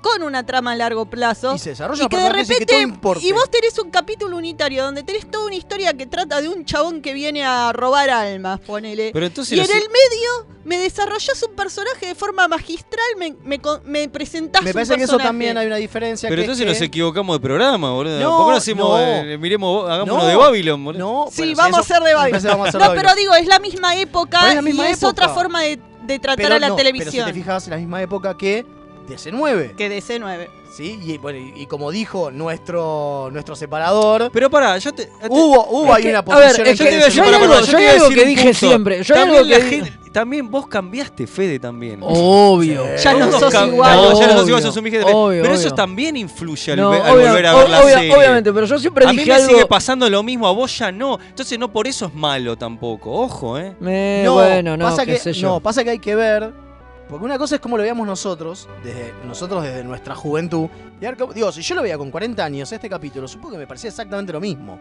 D: con una trama a largo plazo.
A: Y se desarrolla
D: que de
A: personajes y que
D: repente...
A: todo importe.
D: y vos tenés un capítulo unitario donde tenés toda una historia que trata de un chabón que viene a robar almas, ponele.
L: Pero entonces
D: y
L: lo
D: en
L: si-
D: el medio me desarrollás un personaje de forma magistral, me, me, con- me presentás
A: Me
D: un
A: parece que eso
D: personaje.
A: también hay una diferencia.
L: Pero
A: que
L: entonces
A: es
L: nos
A: que-
L: equivocamos de programa, boludo.
A: No,
L: ¿Por qué no hacemos,
A: no.
L: eh, miremos, hagamos
A: No.
L: uno de Babylon, boludo?
A: No,
D: Sí,
A: bueno,
D: vamos
A: eso-
D: a ser de
A: me
D: Babylon.
A: parece que vamos a hacer
D: no,
A: Babylon.
D: pero digo, es la misma época
A: Pero es la misma
D: y es
A: época.
D: otra forma de, de tratar
A: Pero
D: a la
A: no, Pero
D: televisión.
A: si te fijas, la misma época que DC9.
D: Que DC9.
A: Sí, y, bueno, y, y como dijo nuestro, nuestro separador.
L: Pero pará, yo te.
A: Hubo, hubo
B: Es
A: ahí
B: que,
A: una
B: a ver,
D: eh,
A: posición. en
B: yo te
A: que-
B: iba a decir, Yo hay pará, pará, algo- yo yo hay te iba a algo decir que un dije punto. siempre, yo hay
L: también,
B: algo que
L: la
B: dije-
L: gente- también vos cambiaste, Fede, también.
A: Oh,
B: Obvio.
D: Ya no
L: Todos
D: sos
L: cam-
D: igual.
L: No, ya no sos
B: Obvio,
L: igual, sos un vigente.
B: obvio,
L: Pero
B: obvio.
L: eso también influye al,
B: No,
L: ve- al
B: obvia-
L: volver a
B: o-
L: ver la
B: obvia-
L: serie.
B: obviamente, pero yo siempre
L: a mí
B: dije
L: me sigue
B: algo-
L: pasando lo mismo, a vos ya no. Entonces no por eso es malo tampoco, ojo, ¿eh?
B: Me-
A: No,
B: bueno, no,
A: pasa
B: qué
A: que,
B: sé yo.
A: no, pasa que hay que ver. Porque una cosa es como lo veíamos nosotros, desde nosotros desde nuestra juventud. Y ahora, como- digo, si yo lo veía con 40 años, este capítulo, supongo que me parecía exactamente lo mismo.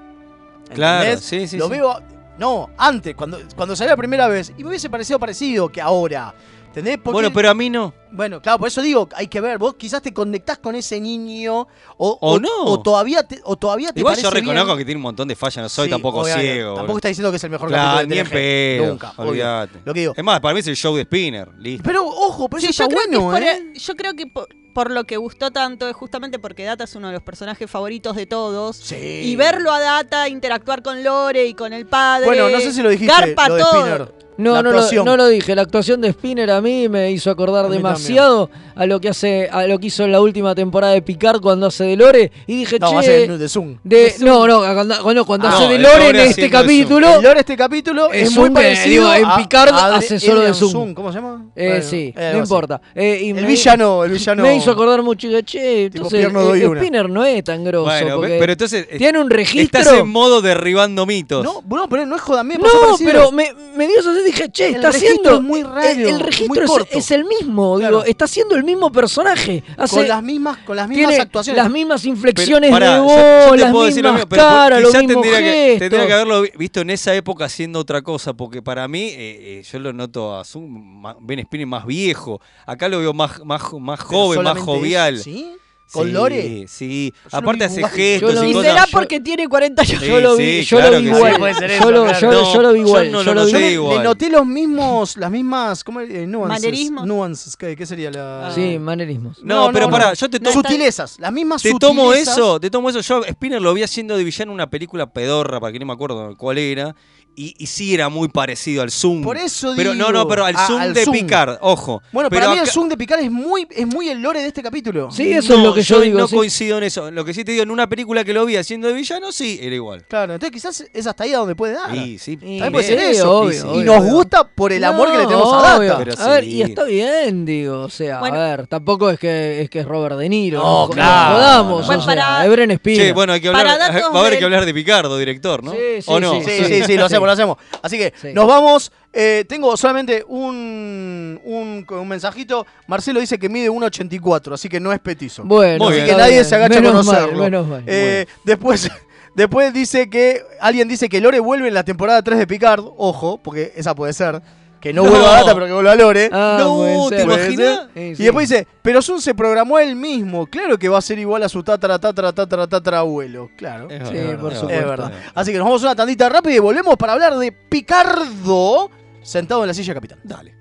L: Claro,
A: ¿Entendés?
L: sí, sí,
A: Lo
L: sí.
A: veo. No, antes, cuando, cuando salió la primera vez, y me hubiese parecido parecido que ahora. ¿Entendés? Porque-
L: Bueno, pero a mí no.
A: Bueno, claro, por eso digo, hay que ver. Vos quizás te conectás con ese niño. O,
L: O no.
A: O todavía te, o todavía te
L: Igual
A: parece
L: yo reconozco
A: bien.
L: que tiene un montón de fallas, no soy
A: Sí,
L: tampoco
A: obviamente.
L: ciego. boludo.
A: Tampoco está diciendo que es el mejor
L: Claro,
A: capítulo de
L: ni en
A: TNG.
L: pedo.
A: Nunca, obvio.
L: olvídate.
A: Lo que digo.
L: Es más, para mí es el show de Spinner, listo.
A: Pero ojo, pero
D: Sí,
A: eso
D: yo,
A: está
D: creo que
A: bueno,
D: es por,
A: ¿eh?
D: yo creo que por, por lo que gustó tanto es justamente porque Data es uno de los personajes favoritos de todos. Y verlo a Data interactuar con Lore y con el padre.
A: Bueno, no sé si lo dijiste,
D: Garpa
A: lo de
D: todo.
A: Spinner.
B: No,
A: La
B: no lo,
A: actuación.
B: no lo dije. La actuación de Spinner a mí me hizo acordar
A: mí
B: demasiado a lo que hace, a lo que hizo en la última temporada de Picard cuando hace de Lore. Y dije,
A: No,
B: che.
A: hace de- de Zoom.
B: de- no, no, cuando, cuando- cuando
A: Ah,
B: hace
A: no,
B: de
A: el
B: Lore en
A: Lore
B: este
A: haciendo de Zoom.
B: capítulo.
A: El Lore este capítulo es,
B: es
A: muy
B: un que,
A: parecido
B: digo, en
A: a-
B: Picard
A: a
B: hace solo de
A: Adrian
B: Zoom.
A: ¿Cómo se llama?
B: Eh,
A: Bueno,
B: sí,
A: eh, algo
B: no
A: así.
B: importa. Eh, y
A: El
B: me-
A: villano, el villano.
B: Me hizo acordar mucho y dije, che,
A: Tipo,
B: entonces
A: pierno, doy
B: eh,
A: una.
B: Spinner no es tan grosso.
L: Bueno,
B: porque
L: pe- pero entonces. eh,
B: tiene un registro.
L: Estás en modo derribando mitos.
A: No, bueno, pero no es joda, a mí me pasó
B: No,
A: parecido.
B: pero me, me dio eso y dije, che,
A: El
B: está
A: registro
B: haciendo.
A: es muy raro,
B: el, el
A: muy
B: registro es-
A: corto.
B: es, el mismo, digo, está haciendo el mismo personaje. Hace,
A: con las mismas, con las mismas
B: tiene
A: actuaciones.
B: Las mismas inflexiones
L: Pará,
B: de
L: yo-
B: voz,
L: yo te
B: las
L: puedo decir
B: mismas
L: lo mismo, pero
B: caras, los
L: quizá
B: mismos
L: tendría que,
B: gestos.
L: tendría que haberlo vi- visto en esa época haciendo otra cosa, porque para mí, eh, eh, yo lo noto a Zoom, ma- Ben Spinner más viejo. Acá lo veo más, más, más
A: Pero
L: joven, más
A: solamente
L: jovial.
A: eso, ¿Sí? ¿Con Lore?
L: Sí,
A: Yo
L: aparte
A: lo
L: hace
A: vi igual.
L: gestos
B: Yo lo
L: y
B: vi-
D: Y
L: cosas.
D: será porque tiene 40 años.
L: Sí,
B: Yo lo vi,
L: sí,
B: yo
L: claro
B: lo vi
L: que sí.
B: igual.
A: Puede ser
B: yo,
A: eso,
B: lo,
A: claro.
B: yo,
L: No,
B: yo lo vi
L: yo
B: igual.
L: no
B: yo
L: lo
B: lo vi.
A: Yo
L: Sí,
A: le,
L: igual.
A: le noté los mismos, las mismas, ¿cómo eh, nuances?
D: Manerismos.
A: Nuances, ¿qué, qué sería la...?
B: Sí, manerismos.
L: No, pero pará, yo te tomo-
A: Sutilezas, las mismas
L: Te
A: sutilezas.
L: tomo eso, te tomo eso. Yo a Spinner lo vi haciendo de villano en una película pedorra, para que no me acuerdo cuál era.
P: Y, y sí era muy parecido al Zoom.
A: Por eso
P: Pero no,
A: digo,
P: no, pero al
A: a-
P: Zoom
A: al
P: de
A: Zoom.
P: Picard, ojo.
A: Bueno,
P: Pero
A: para mí el
P: acá-
A: Zoom de Picard es muy, es muy el lore de este capítulo.
P: No, No coincido en eso. Lo que sí te digo, en una película que lo vi haciendo de villano, sí, era igual.
A: Claro, entonces quizás es hasta ahí a donde puede dar.
P: Sí, sí.
A: También puede ser
Q: Sí,
A: eso.
Q: obvio,
A: y
Q: obvio,
A: nos
Q: obvio.
A: gusta por el amor que le
Q: No,
A: tenemos a
Q: obvio.
A: Data.
Q: a ver, y está bien, digo. O sea, a ver, tampoco es que es, que es Robert De Niro.
A: No,
Q: jo-
A: claro,
Q: jodamos.
A: no,
Q: o
A: no.
Q: sea, es Bren Spiner.
P: Che, bueno, hay que hablar,
Q: Para
P: va
Q: datos
P: a haber
Q: del-
P: que hablar de Picardo, director, ¿no?
A: Sí, sí,
P: ¿O no?
A: sí, sí, sí, sí, lo hacemos, lo hacemos. Así que nos vamos. Eh, tengo solamente un, un, un mensajito. Marcelo dice que mide 1,84, así que no es petizo.
Q: Bueno,
A: así
Q: Muy
A: que
Q: bien.
A: nadie se agacha a
Q: Menos mal,
A: conocerlo.
Q: menos mal.
A: Eh, después, después dice que alguien dice que Lore vuelve en la temporada 3 de Picard. Ojo, porque esa puede ser. Que no,
Q: No.
A: vuelva a Data, pero que vuelva a Lore.
Q: Ah, No, puede ser. ¿te
A: Puede
Q: imaginas?
A: ser.
Q: Sí, sí.
A: Y después dice, pero Sun se programó él mismo. Claro que va a ser igual a su tatara, tatara, tatara, tatara abuelo. Claro.
Q: Es Sí, verdad, por es
A: Es
Q: supuesto.
A: verdad. Así que nos vamos a una tandita rápida y volvemos para hablar de Picardo sentado en la silla capitán. Dale.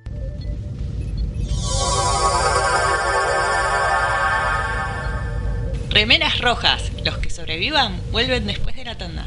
D: Remeras rojas. Los que sobrevivan vuelven después de la tanda.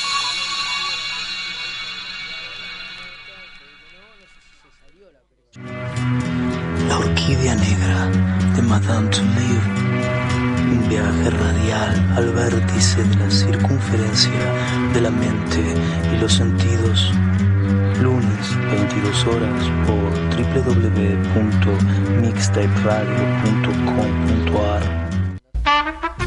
B: La orquídea negra de Madame Touleau. Un viaje radial al vértice de la circunferencia de la mente y los sentidos. Lunes, 22 horas, por www.mixtaperadio.com.ar.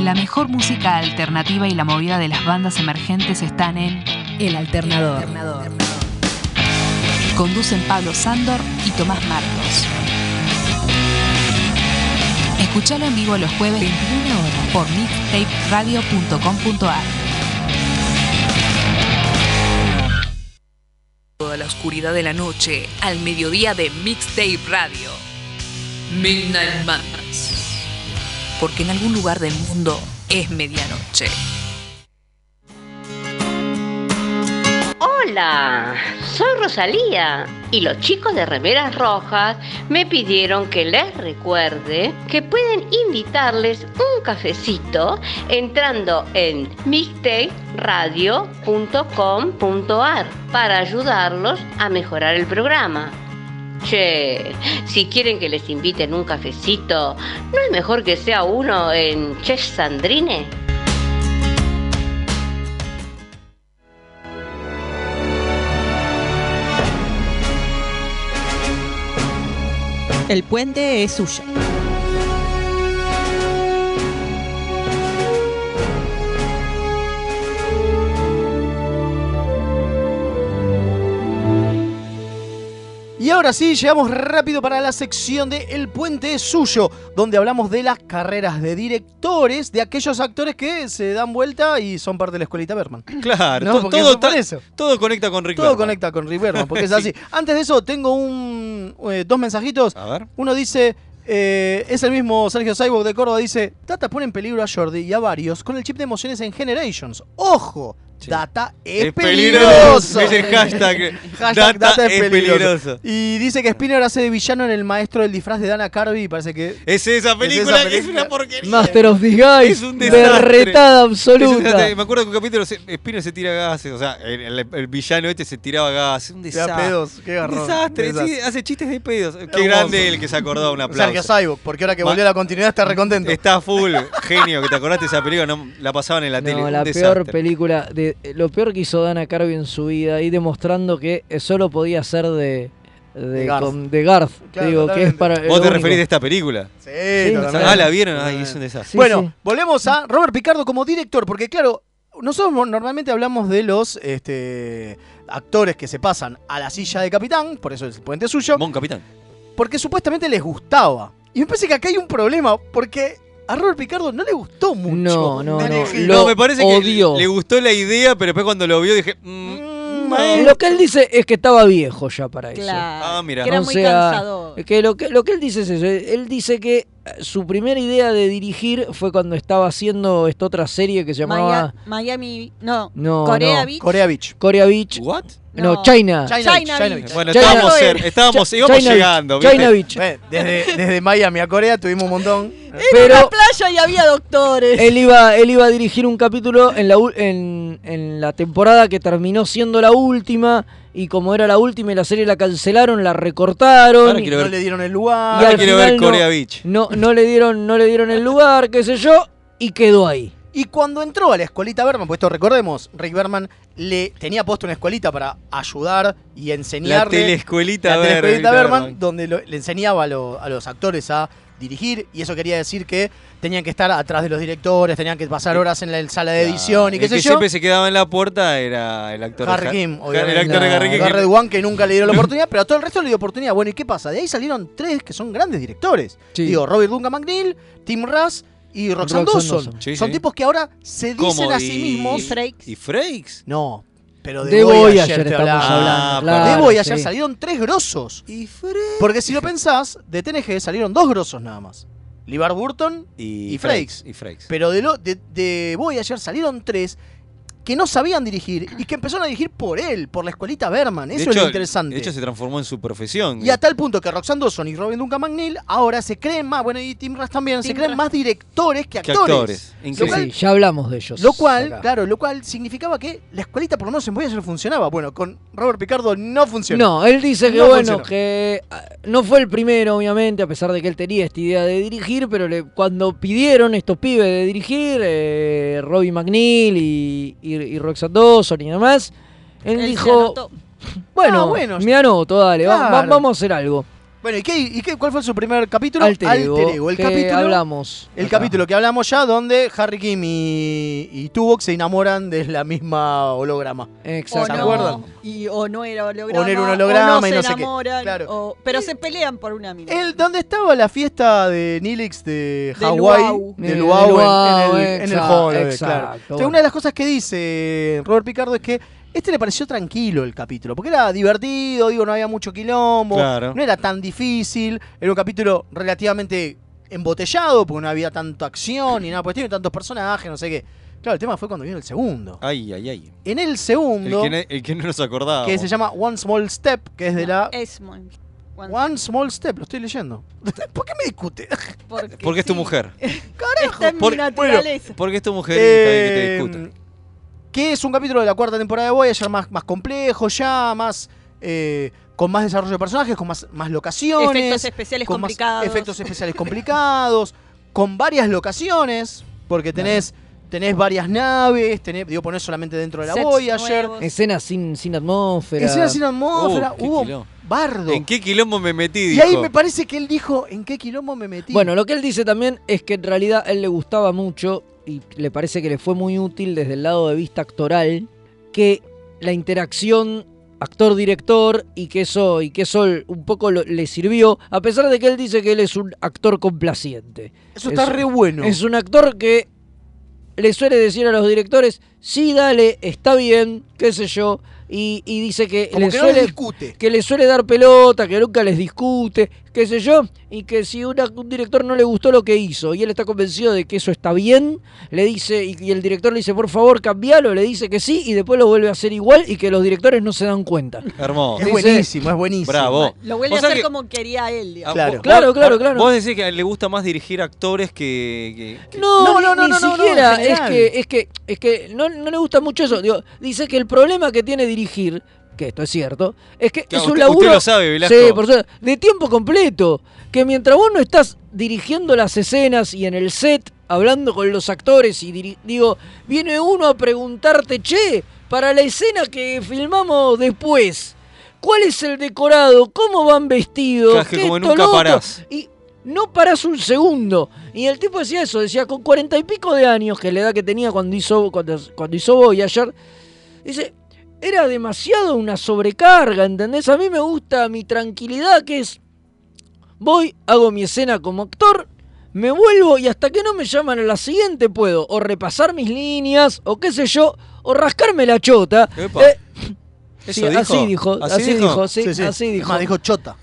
R: La mejor música alternativa y la movida de las bandas emergentes están en El Alternador. Conducen Pablo Sándor y Tomás Martos. Escuchalo en vivo los jueves 21 horas por mixtaperadio.com.ar. Toda la oscuridad de la noche al mediodía de Mixtape Radio. Midnight Madness. Porque en algún lugar del mundo es medianoche.
E: Hola, soy Rosalía y los chicos de Remeras Rojas me pidieron que les recuerde que pueden invitarles un cafecito entrando en mixtaperadio.com.ar para ayudarlos a mejorar el programa. Che, si quieren que les inviten un cafecito, ¿no es mejor que sea uno en Chef Sandrine?
S: El puente es suyo.
A: Y ahora sí, llegamos rápido para la sección de El Puente es Suyo, donde hablamos de las carreras de directores, de aquellos actores que se dan vuelta y son parte de la escuelita Berman.
P: Claro,
A: No,
P: to-
A: porque
P: todo,
A: fue por
P: ta-
A: eso.
P: todo conecta con Rick
A: Todo
P: Berman.
A: conecta con Rick Berman, porque es así. Antes de eso, tengo un, eh, dos mensajitos. Uno dice, eh, es el mismo Sergio Cyborg de Córdoba, dice, Tata pone en peligro a Jordi y a varios con el chip de emociones en Generations. ¡Ojo! Data es,
C: Es peligroso.
A: peligroso.
C: Es el hashtag.
A: Hashtag
C: Data
A: data es
C: es
A: peligroso.
C: peligroso.
A: Y dice que Spinner hace de villano en El Maestro del Disfraz de Dana Carvey y parece que...
C: Es esa película que es
A: película.
C: una porquería.
B: Master of Disguise.
C: Es un desastre.
B: Berretada
C: Es un
B: absoluta.
C: desastre. Me acuerdo que un capítulo se- Spinner se tira gases. O sea, el, el- el villano este se tiraba gases. Un
A: Te da
C: desastre.
A: pedos, qué garrón.
C: Un desastre.
A: Desastre.
C: sí, hace chistes de pedos. Qué
A: Hermoso.
C: grande el que se acordó. Un aplauso.
A: Sergio Saibo, porque ahora que
C: Ma-
A: volvió a la continuidad está recontento.
C: Está full, genio, que te acordaste de esa película, no, la pasaban en la tele.
B: No,
C: un
B: la
C: desastre.
B: peor película, de, eh, lo peor que hizo Dana Carvey en su vida, y demostrando que eh, solo podía ser de, de,
C: De Garth.
B: con- de Garth,
A: Claro,
B: digo, que es
A: totalmente.
B: para...
A: Vos
B: lo
C: ¿Vos te
B: único.
C: referís de esta película?
A: Sí,
C: Ah, la vieron, ay, es un desastre.
A: bueno, volvemos a Robert Picardo como director, porque claro, nosotros mo- normalmente hablamos de los este, actores que se pasan a la silla de capitán, por eso es el puente suyo.
C: Mon capitán.
A: Porque supuestamente les gustaba. Y me parece que acá hay un problema, porque a Robert Picardo no le gustó mucho.
B: No, no, no.
C: no,
B: lo
C: me parece
B: odio.
C: que le gustó la idea, pero después cuando lo vio dije, mm,
B: Eh,
C: eh,
B: Lo que él dice es que estaba viejo ya para eso.
C: ah, mira.
B: O sea, Que lo, que lo que él dice es eso. Él dice que eh, su primera idea de dirigir fue cuando estaba haciendo esta otra serie que se llamaba...
D: Maya- Miami, no,
B: No,
D: Corea
B: no.
D: Beach.
A: Corea Beach.
B: Corea Beach.
C: ¿What?
B: No,
D: No.
B: China.
D: China Beach, China China Beach. Beach.
C: Bueno, estábamos cer- estábamos- íbamos llegando, ¿viste?
B: China Beach.
A: Eh, Desde, desde Miami a Corea tuvimos un montón.
D: Era una playa y había doctores.
A: Eh,
B: Él iba, él iba a dirigir un capítulo en la, u- en, en la temporada que terminó siendo la última. Y como era la última y la serie la cancelaron, la recortaron.
C: Ahora
B: y-
C: quiero
A: No
C: ver-
A: le dieron el lugar.
B: y
C: Ahora
B: al
C: Ah, quiero ver
B: final
C: Corea
B: no,
C: Beach.
B: No, no le dieron, no le dieron el lugar, qué sé yo, y quedó ahí.
A: Y cuando entró a la escuelita Berman, pues esto recordemos, Rick Berman le tenía puesto una escuelita para ayudar y
C: La
A: enseñarle.
C: telescuelita,
A: la
C: a ver, Rita
A: telescuelita Berman,
C: Bergman.
A: donde lo- le enseñaba a, lo- a los actores a dirigir, y eso quería decir que tenían que estar atrás de los directores, tenían que pasar horas en la sala de edición y qué
C: El
A: sé
C: que
A: yo.
C: siempre se quedaba en la puerta era el actor
A: Harry
C: de
A: Kim,
C: Ha-
A: obviamente.
C: El actor de Harry Kim. que-
A: Garrett Wan, que nunca le dieron la oportunidad, pero a todo el resto le dio oportunidad. Bueno, ¿y qué pasa? De ahí salieron tres que son grandes directores.
B: Sí.
A: Digo, Robert Duncan McNeil, Tim Russ y Roxanne
B: Roxanne
A: Dawson.
B: Dawson.
C: Sí,
A: son
C: sí.
A: tipos que ahora se dicen
C: ¿Cómo?
A: a sí
C: Y-
A: mismos.
C: ¿Y Frakes?
A: No, pero de,
B: De
A: Boy,
B: Boy
A: ayer,
B: ayer
A: te
B: estamos
A: hablaba.
C: Ah,
B: hablando, claro,
A: de Boy ayer
B: sí.
A: salieron tres grosos. Porque si lo pensás, de TNG salieron dos grosos nada más. Libar Burton
C: Y,
A: y Frakes.
C: Y Frakes.
A: Pero de, lo, de, de Boy ayer salieron tres que no sabían dirigir y que empezaron a dirigir por él, por la escuelita Berman.
C: De
A: Eso es
C: hecho,
A: lo interesante.
C: De hecho, se transformó en su profesión.
A: y a tal punto que Roxanne Dawson y Robin Duncan McNeil ahora se creen más, bueno, y Tim Russ también, se creen más directores que
C: Que
A: actores.
C: actores.
A: Lo
C: Increíble.
A: cual
B: Sí, ya hablamos de ellos.
A: lo cual,
B: acá.
A: claro, lo cual significaba que la escuelita por lo menos en Voyager funcionaba. Bueno, con Robert Picardo no funcionó.
B: No, él dice que
A: No
B: bueno,
A: funcionó.
B: que ah, no fue el primero, obviamente, a pesar de que él tenía esta idea de dirigir, pero le- cuando pidieron estos pibes de dirigir, eh, Robbie McNeil y, y, y Roxanne Dawson y demás, él,
D: Él se
B: dijo,
D: anotó.
B: bueno,
A: Ah, bueno.
B: me anoto, dale, va- va-
A: Claro.
B: vamos a hacer algo.
A: Bueno, ¿y, qué, y qué, cuál fue su primer capítulo?
B: Alter Ego,
A: El
B: que
A: capítulo.
B: hablamos
A: El
B: acá.
A: capítulo que hablamos ya, donde Harry Kim y, y Tuvok se enamoran de la misma holograma.
D: O
A: ¿Se
D: no,
A: acuerdan?
D: Y, o no era holograma.
A: O no era un holograma
D: o
A: y no
D: se
A: sé qué.
D: enamoran,
A: Claro.
D: o- pero se pelean por una mina.
A: El, donde estaba la fiesta de Nilix de
D: De
A: Hawái,
D: Luau.
A: de
B: Eh,
A: Luau,
B: Luau,
A: en, en el, en el
B: exacto,
A: Holodeck,
B: exacto,
A: claro. Entonces,
B: bueno.
A: una de las cosas que dice Robert Picardo es que este le pareció tranquilo el capítulo, porque era divertido, digo, no había mucho quilombo,
C: Claro.
A: no era tan difícil, era un capítulo relativamente embotellado, porque no había tanta acción ni nada, pues tiene tantos personajes, no sé qué. Claro, el tema fue cuando vino el segundo.
C: Ay, ay, ay.
A: En el
C: El
A: segundo,
C: que, no- el que no nos acordaba.
A: que se llama One Small Step, que es de la...
D: Es muy-
A: One Small Step, lo estoy leyendo. ¿Por qué me discute?
D: Porque,
C: Porque es tu
D: sí.
C: mujer.
D: Está en mi
C: Por-
D: naturaleza.
C: Porque es tu mujer y está bien que te
A: Eh,
C: discuta.
A: que es un capítulo de la cuarta temporada de Voyager más, más complejo ya, más eh, con más desarrollo de personajes, con más, más locaciones.
D: Efectos especiales
A: con más
D: complicados.
A: efectos especiales complicados, con varias locaciones, porque tenés, tenés varias naves, tenés, digo, ponés solamente dentro de la
D: Sets
A: Voyager.
D: nuevos.
B: Escenas sin, sin atmósfera.
A: Escenas sin atmósfera,
C: Uh, qué
A: hubo
C: quilombo.
A: bardo.
C: ¿En qué quilombo me metí?
A: Y
C: dijo.
A: ahí me parece que él dijo, ¿en qué quilombo me metí?
B: Bueno, lo que él dice también es que en realidad a él le gustaba mucho y le parece que le fue muy útil desde el lado de vista actoral que la interacción actor-director y que eso y que eso un poco lo- le sirvió a pesar de que él dice que él es un actor complaciente.
A: Eso está
B: Es-
A: re bueno.
B: Es un actor que le suele decir a los directores, sí, dale, está bien, qué sé yo. Y, y dice que
A: Como
B: le,
A: que no les
B: suele,
A: discute.
B: que le suele dar pelota, que nunca les discute, qué sé yo. Y que si una- un director no le gustó lo que hizo y él está convencido de que eso está bien, le dice, y, y el director le dice, por favor, cambialo, le dice que sí, y después lo vuelve a hacer igual y que los directores no se dan cuenta.
L: Hermoso.
A: Es buenísimo, es buenísimo.
L: Bravo.
D: Lo vuelve
L: O
D: a
L: sea
D: hacer
L: que-
D: como quería él. digamos.
L: Ah, vos-
B: Claro, claro,
L: vos-
B: claro.
L: Vos decís que le gusta más dirigir actores que. que-
B: No,
A: No,
B: ni-
A: no, no,
B: ni
A: no, no, no,
B: siquiera.
A: en
B: es
A: general.
B: que, es que, es que no, no le gusta mucho eso. Digo, dice que el problema que tiene dirigir, que esto es cierto, es que
L: Claro,
B: es un
L: usted-
B: laburo.
L: usted lo sabe, Velasco.
B: Sí, por supuesto, De tiempo completo. Que mientras vos no estás dirigiendo las escenas y en el set, hablando con los actores, y diri- digo, viene uno a preguntarte, che, para la escena que filmamos después. ¿Cuál es el decorado? ¿Cómo van vestidos?
L: Claro, es que
B: ¿Qué
L: como
B: esto,
L: nunca
B: lo otro?
L: parás.
B: Y no parás un segundo. Y el tipo decía eso, decía, con cuarenta y pico de años, que es la edad que tenía cuando hizo, cuando, cuando hizo Boy ayer, dice, era demasiado una sobrecarga, ¿entendés? A mí me gusta mi tranquilidad, que es, voy, hago mi escena como actor, me vuelvo y hasta que no me llaman a la siguiente puedo o repasar mis líneas, o qué sé yo, o rascarme la chota.
L: Epa.
B: Eh,
L: ¿Eso
B: sí,
L: dijo?
B: Así dijo,
L: ¿Así
B: así,
L: dijo?
B: dijo, sí,
A: Sí, sí.
B: así dijo.
A: Además, dijo chota.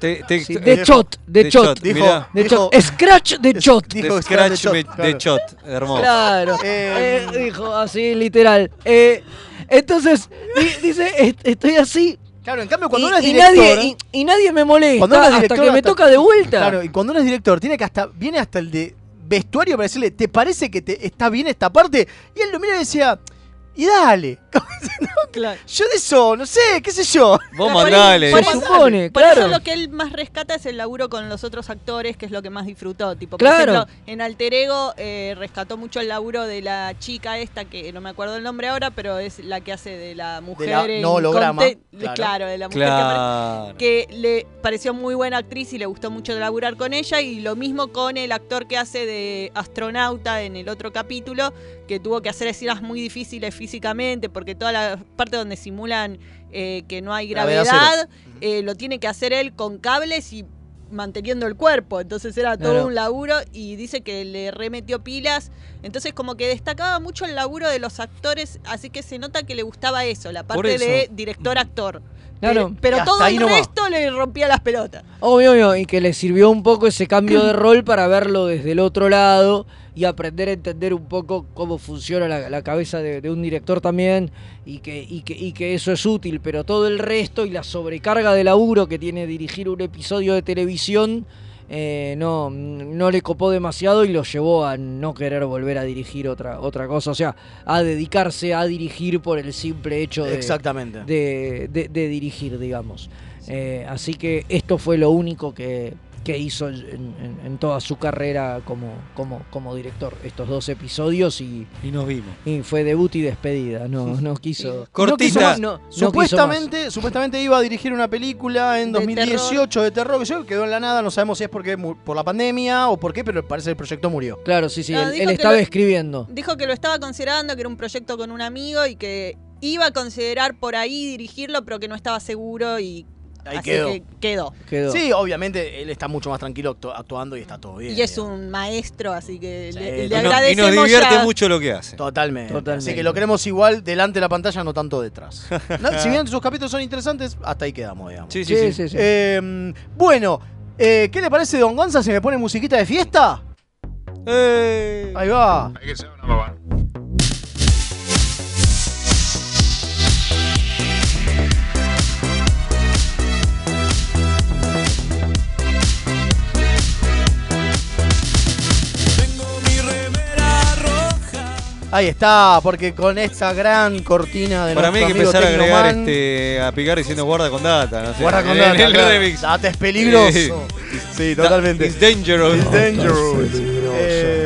L: te- te-
B: Sí,
L: te-
B: de
L: eh,
B: shot, de shot.
A: Dijo-
L: mirá.
B: De
A: Dijo-
B: shot. Scratch de
A: Es-
B: shot.
A: dijo
L: de
A: Scratch
L: scratch
A: de shot,
L: me-
A: claro.
L: de shot. Hermoso.
B: Claro.
A: Eh,
B: Eh, dijo así, literal. Eh, entonces, di- dice, "Est- estoy así.
A: Claro, en cambio, cuando
B: y,
A: uno es
B: y
A: director.
B: nadie, y, y nadie me molesta
A: Cuando uno es
B: hasta
A: director,
B: que me
A: hasta-
B: toca de vuelta.
A: Claro, y cuando uno es director, tiene que hasta. Viene hasta el de vestuario para decirle, ¿te parece que te está bien esta parte? Y él lo mira y decía, y dale.
D: Claro.
A: Yo de eso, no sé, qué sé yo.
L: Vos
A: eh,
D: Claro, por
L: mandale.
D: eso- por
B: Se
D: eso-
B: supone,
D: por
B: claro.
D: eso lo que él más rescata es el laburo con los otros actores, que es lo que más disfrutó. Tipo, por
B: Claro.
D: ejemplo, en Alter Ego eh, rescató mucho el laburo de la chica esta, que no me acuerdo el nombre ahora, pero es la que hace de la mujer. en
A: no holograma,
D: Conte-
A: claro.
D: Claro. de la mujer que aparece
L: Claro.
D: que le pareció muy buena actriz y le gustó mucho laburar con ella y lo mismo con el actor que hace de astronauta en el otro capítulo que tuvo que hacer escenas muy difíciles físicamente porque toda la parte donde simulan eh, que no hay
A: Gravedad
D: gravedad eh, lo tiene que hacer él con cables y manteniendo el cuerpo entonces era todo
B: Claro.
D: un laburo y dice que le remetió pilas entonces como que destacaba mucho el laburo de los actores así que se nota que le gustaba eso la parte de
L: eso.
D: director actor
B: Claro.
D: pero, pero
A: Mm. Y hasta
D: todo
A: ahí
D: el
A: nomás.
D: resto le rompía las pelotas.
B: Obvio, obvio, y que le sirvió un poco ese cambio de rol para verlo desde el otro lado y aprender a entender un poco cómo funciona la, la cabeza de, de un director también y que, y, que, y que eso es útil, pero todo el resto y la sobrecarga de laburo que tiene dirigir un episodio de televisión eh, no, no le copó demasiado y lo llevó a no querer volver a dirigir otra, otra cosa, o sea, a dedicarse a dirigir por el simple hecho de,
A: Exactamente.
B: de, de- de dirigir, digamos. Eh, así que esto fue lo único que, que hizo en, en- en toda su carrera como, como, como director, estos dos episodios y,
L: Y nos vimos.
B: y fue debut y despedida, no, no quiso...
A: No quiso
L: Cortita.
A: más,
B: no- no quiso
A: supuestamente, supuestamente iba a dirigir una película en
D: De
A: 2018 de terror que yo quedó en la nada, no sabemos si es porque mu- por la pandemia o por qué, pero parece que el proyecto murió.
B: Claro, sí, sí,
D: No,
B: él,
D: dijo
B: él
D: que
B: estaba
D: lo-
B: escribiendo.
D: Dijo que lo estaba considerando, que era un proyecto con un amigo y que iba a considerar por ahí dirigirlo, pero que no estaba seguro y
A: Ahí
D: así
A: quedó.
D: que quedó.
B: Quedó.
A: Sí, obviamente él está mucho más tranquilo actu- actuando y está todo bien.
D: y es
A: digamos.
D: un maestro, así que
A: Sí,
D: le, le
A: y
L: Y no- y
D: agradecemos
L: nos divierte
D: ya.
L: mucho lo que hace.
A: Totalmente.
B: Totalmente.
A: Así que lo queremos igual delante de la pantalla, no tanto detrás. No, si bien sus capítulos son interesantes, hasta ahí quedamos, digamos.
L: Sí, sí,
B: Sí,
L: sí.
B: sí, sí.
A: Eh, bueno, eh, ¿qué le parece, Don Gonza, si me pone musiquita de fiesta?
L: Eh.
A: Ahí va. Ahí está, porque con esta gran cortina de
L: Para mí hay que
A: nuestro
L: empezar a
A: amigo
L: agregar
A: Tecnoman,
L: este, a picar diciendo guarda con data. No sé.
A: Guarda con
L: En
A: data,
L: el
A: claro.
L: remix.
A: Data es peligroso. Sí, totalmente.
L: It's dangerous.
A: It's dangerous. Eh,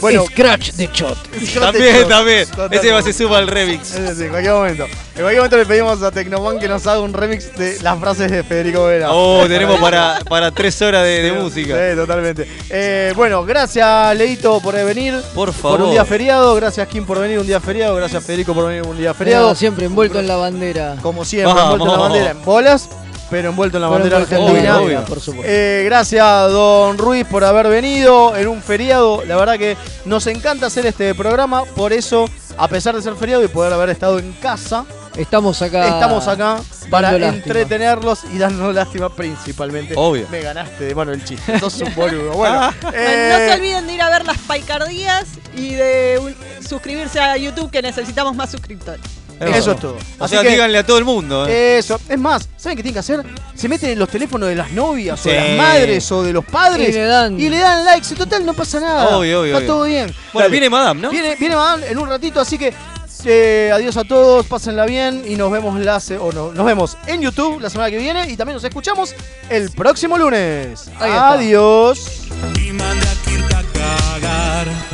A: bueno,
B: Scratch de shot.
L: También, también. Ese va se suba al remix.
A: Es decir, en cualquier momento. En cualquier momento le pedimos a Tecnoman que nos haga un remix de las frases de Federico Vera.
L: Oh, tenemos para, para tres horas de, de música.
A: Sí, totalmente. Eh, bueno, gracias Leito por venir. Por
L: Por
A: un
L: favor.
A: día feriado. Gracias Kim por venir un día feriado. Gracias Federico por venir un día feriado.
B: Estaba siempre envuelto en la bandera.
A: Como siempre,
L: Vamos.
A: envuelto en la bandera en bolas, pero envuelto en la
B: Fueron
A: bandera
B: envueltos en la
A: argentina.
L: obvio,
B: bandera, por supuesto.
A: Eh, gracias Don Ruiz por haber venido en un feriado. La verdad que nos encanta hacer este programa, por eso a pesar de ser feriado y poder haber estado en casa,
B: Estamos acá.
A: estamos acá para
B: dando Ah, lástima.
A: entretenerlos y darnos lástima principalmente.
L: Obvio. Ah.
A: Me ganaste de mano el chiste, sos un boludo. Bueno,
D: Bueno, no
A: eh,
D: se olviden de ir a ver las paicardías y de un- suscribirse a YouTube que necesitamos más suscriptores.
A: Eso es todo.
L: O
A: Así
L: sea,
A: que-
L: díganle a todo el mundo. ¿eh?
A: Eso, es más, ¿saben qué tienen que hacer? Se meten en los teléfonos de las novias o de
L: Sí.
A: las madres o de los padres
B: Y le dan-
A: y le dan likes. En total, no pasa nada.
L: Obvio,
A: Está
L: obvio, obvio.
A: todo bien.
L: Bueno, viene Madame, ¿no?
A: Viene, viene Madame en un ratito, así que eh, adiós a todos, pásenla bien y nos vemos, la se- o no- nos vemos en YouTube la semana que viene y también nos escuchamos el próximo lunes.
B: Ahí está.
A: Adiós.
T: Y manda a Kirk a cagar.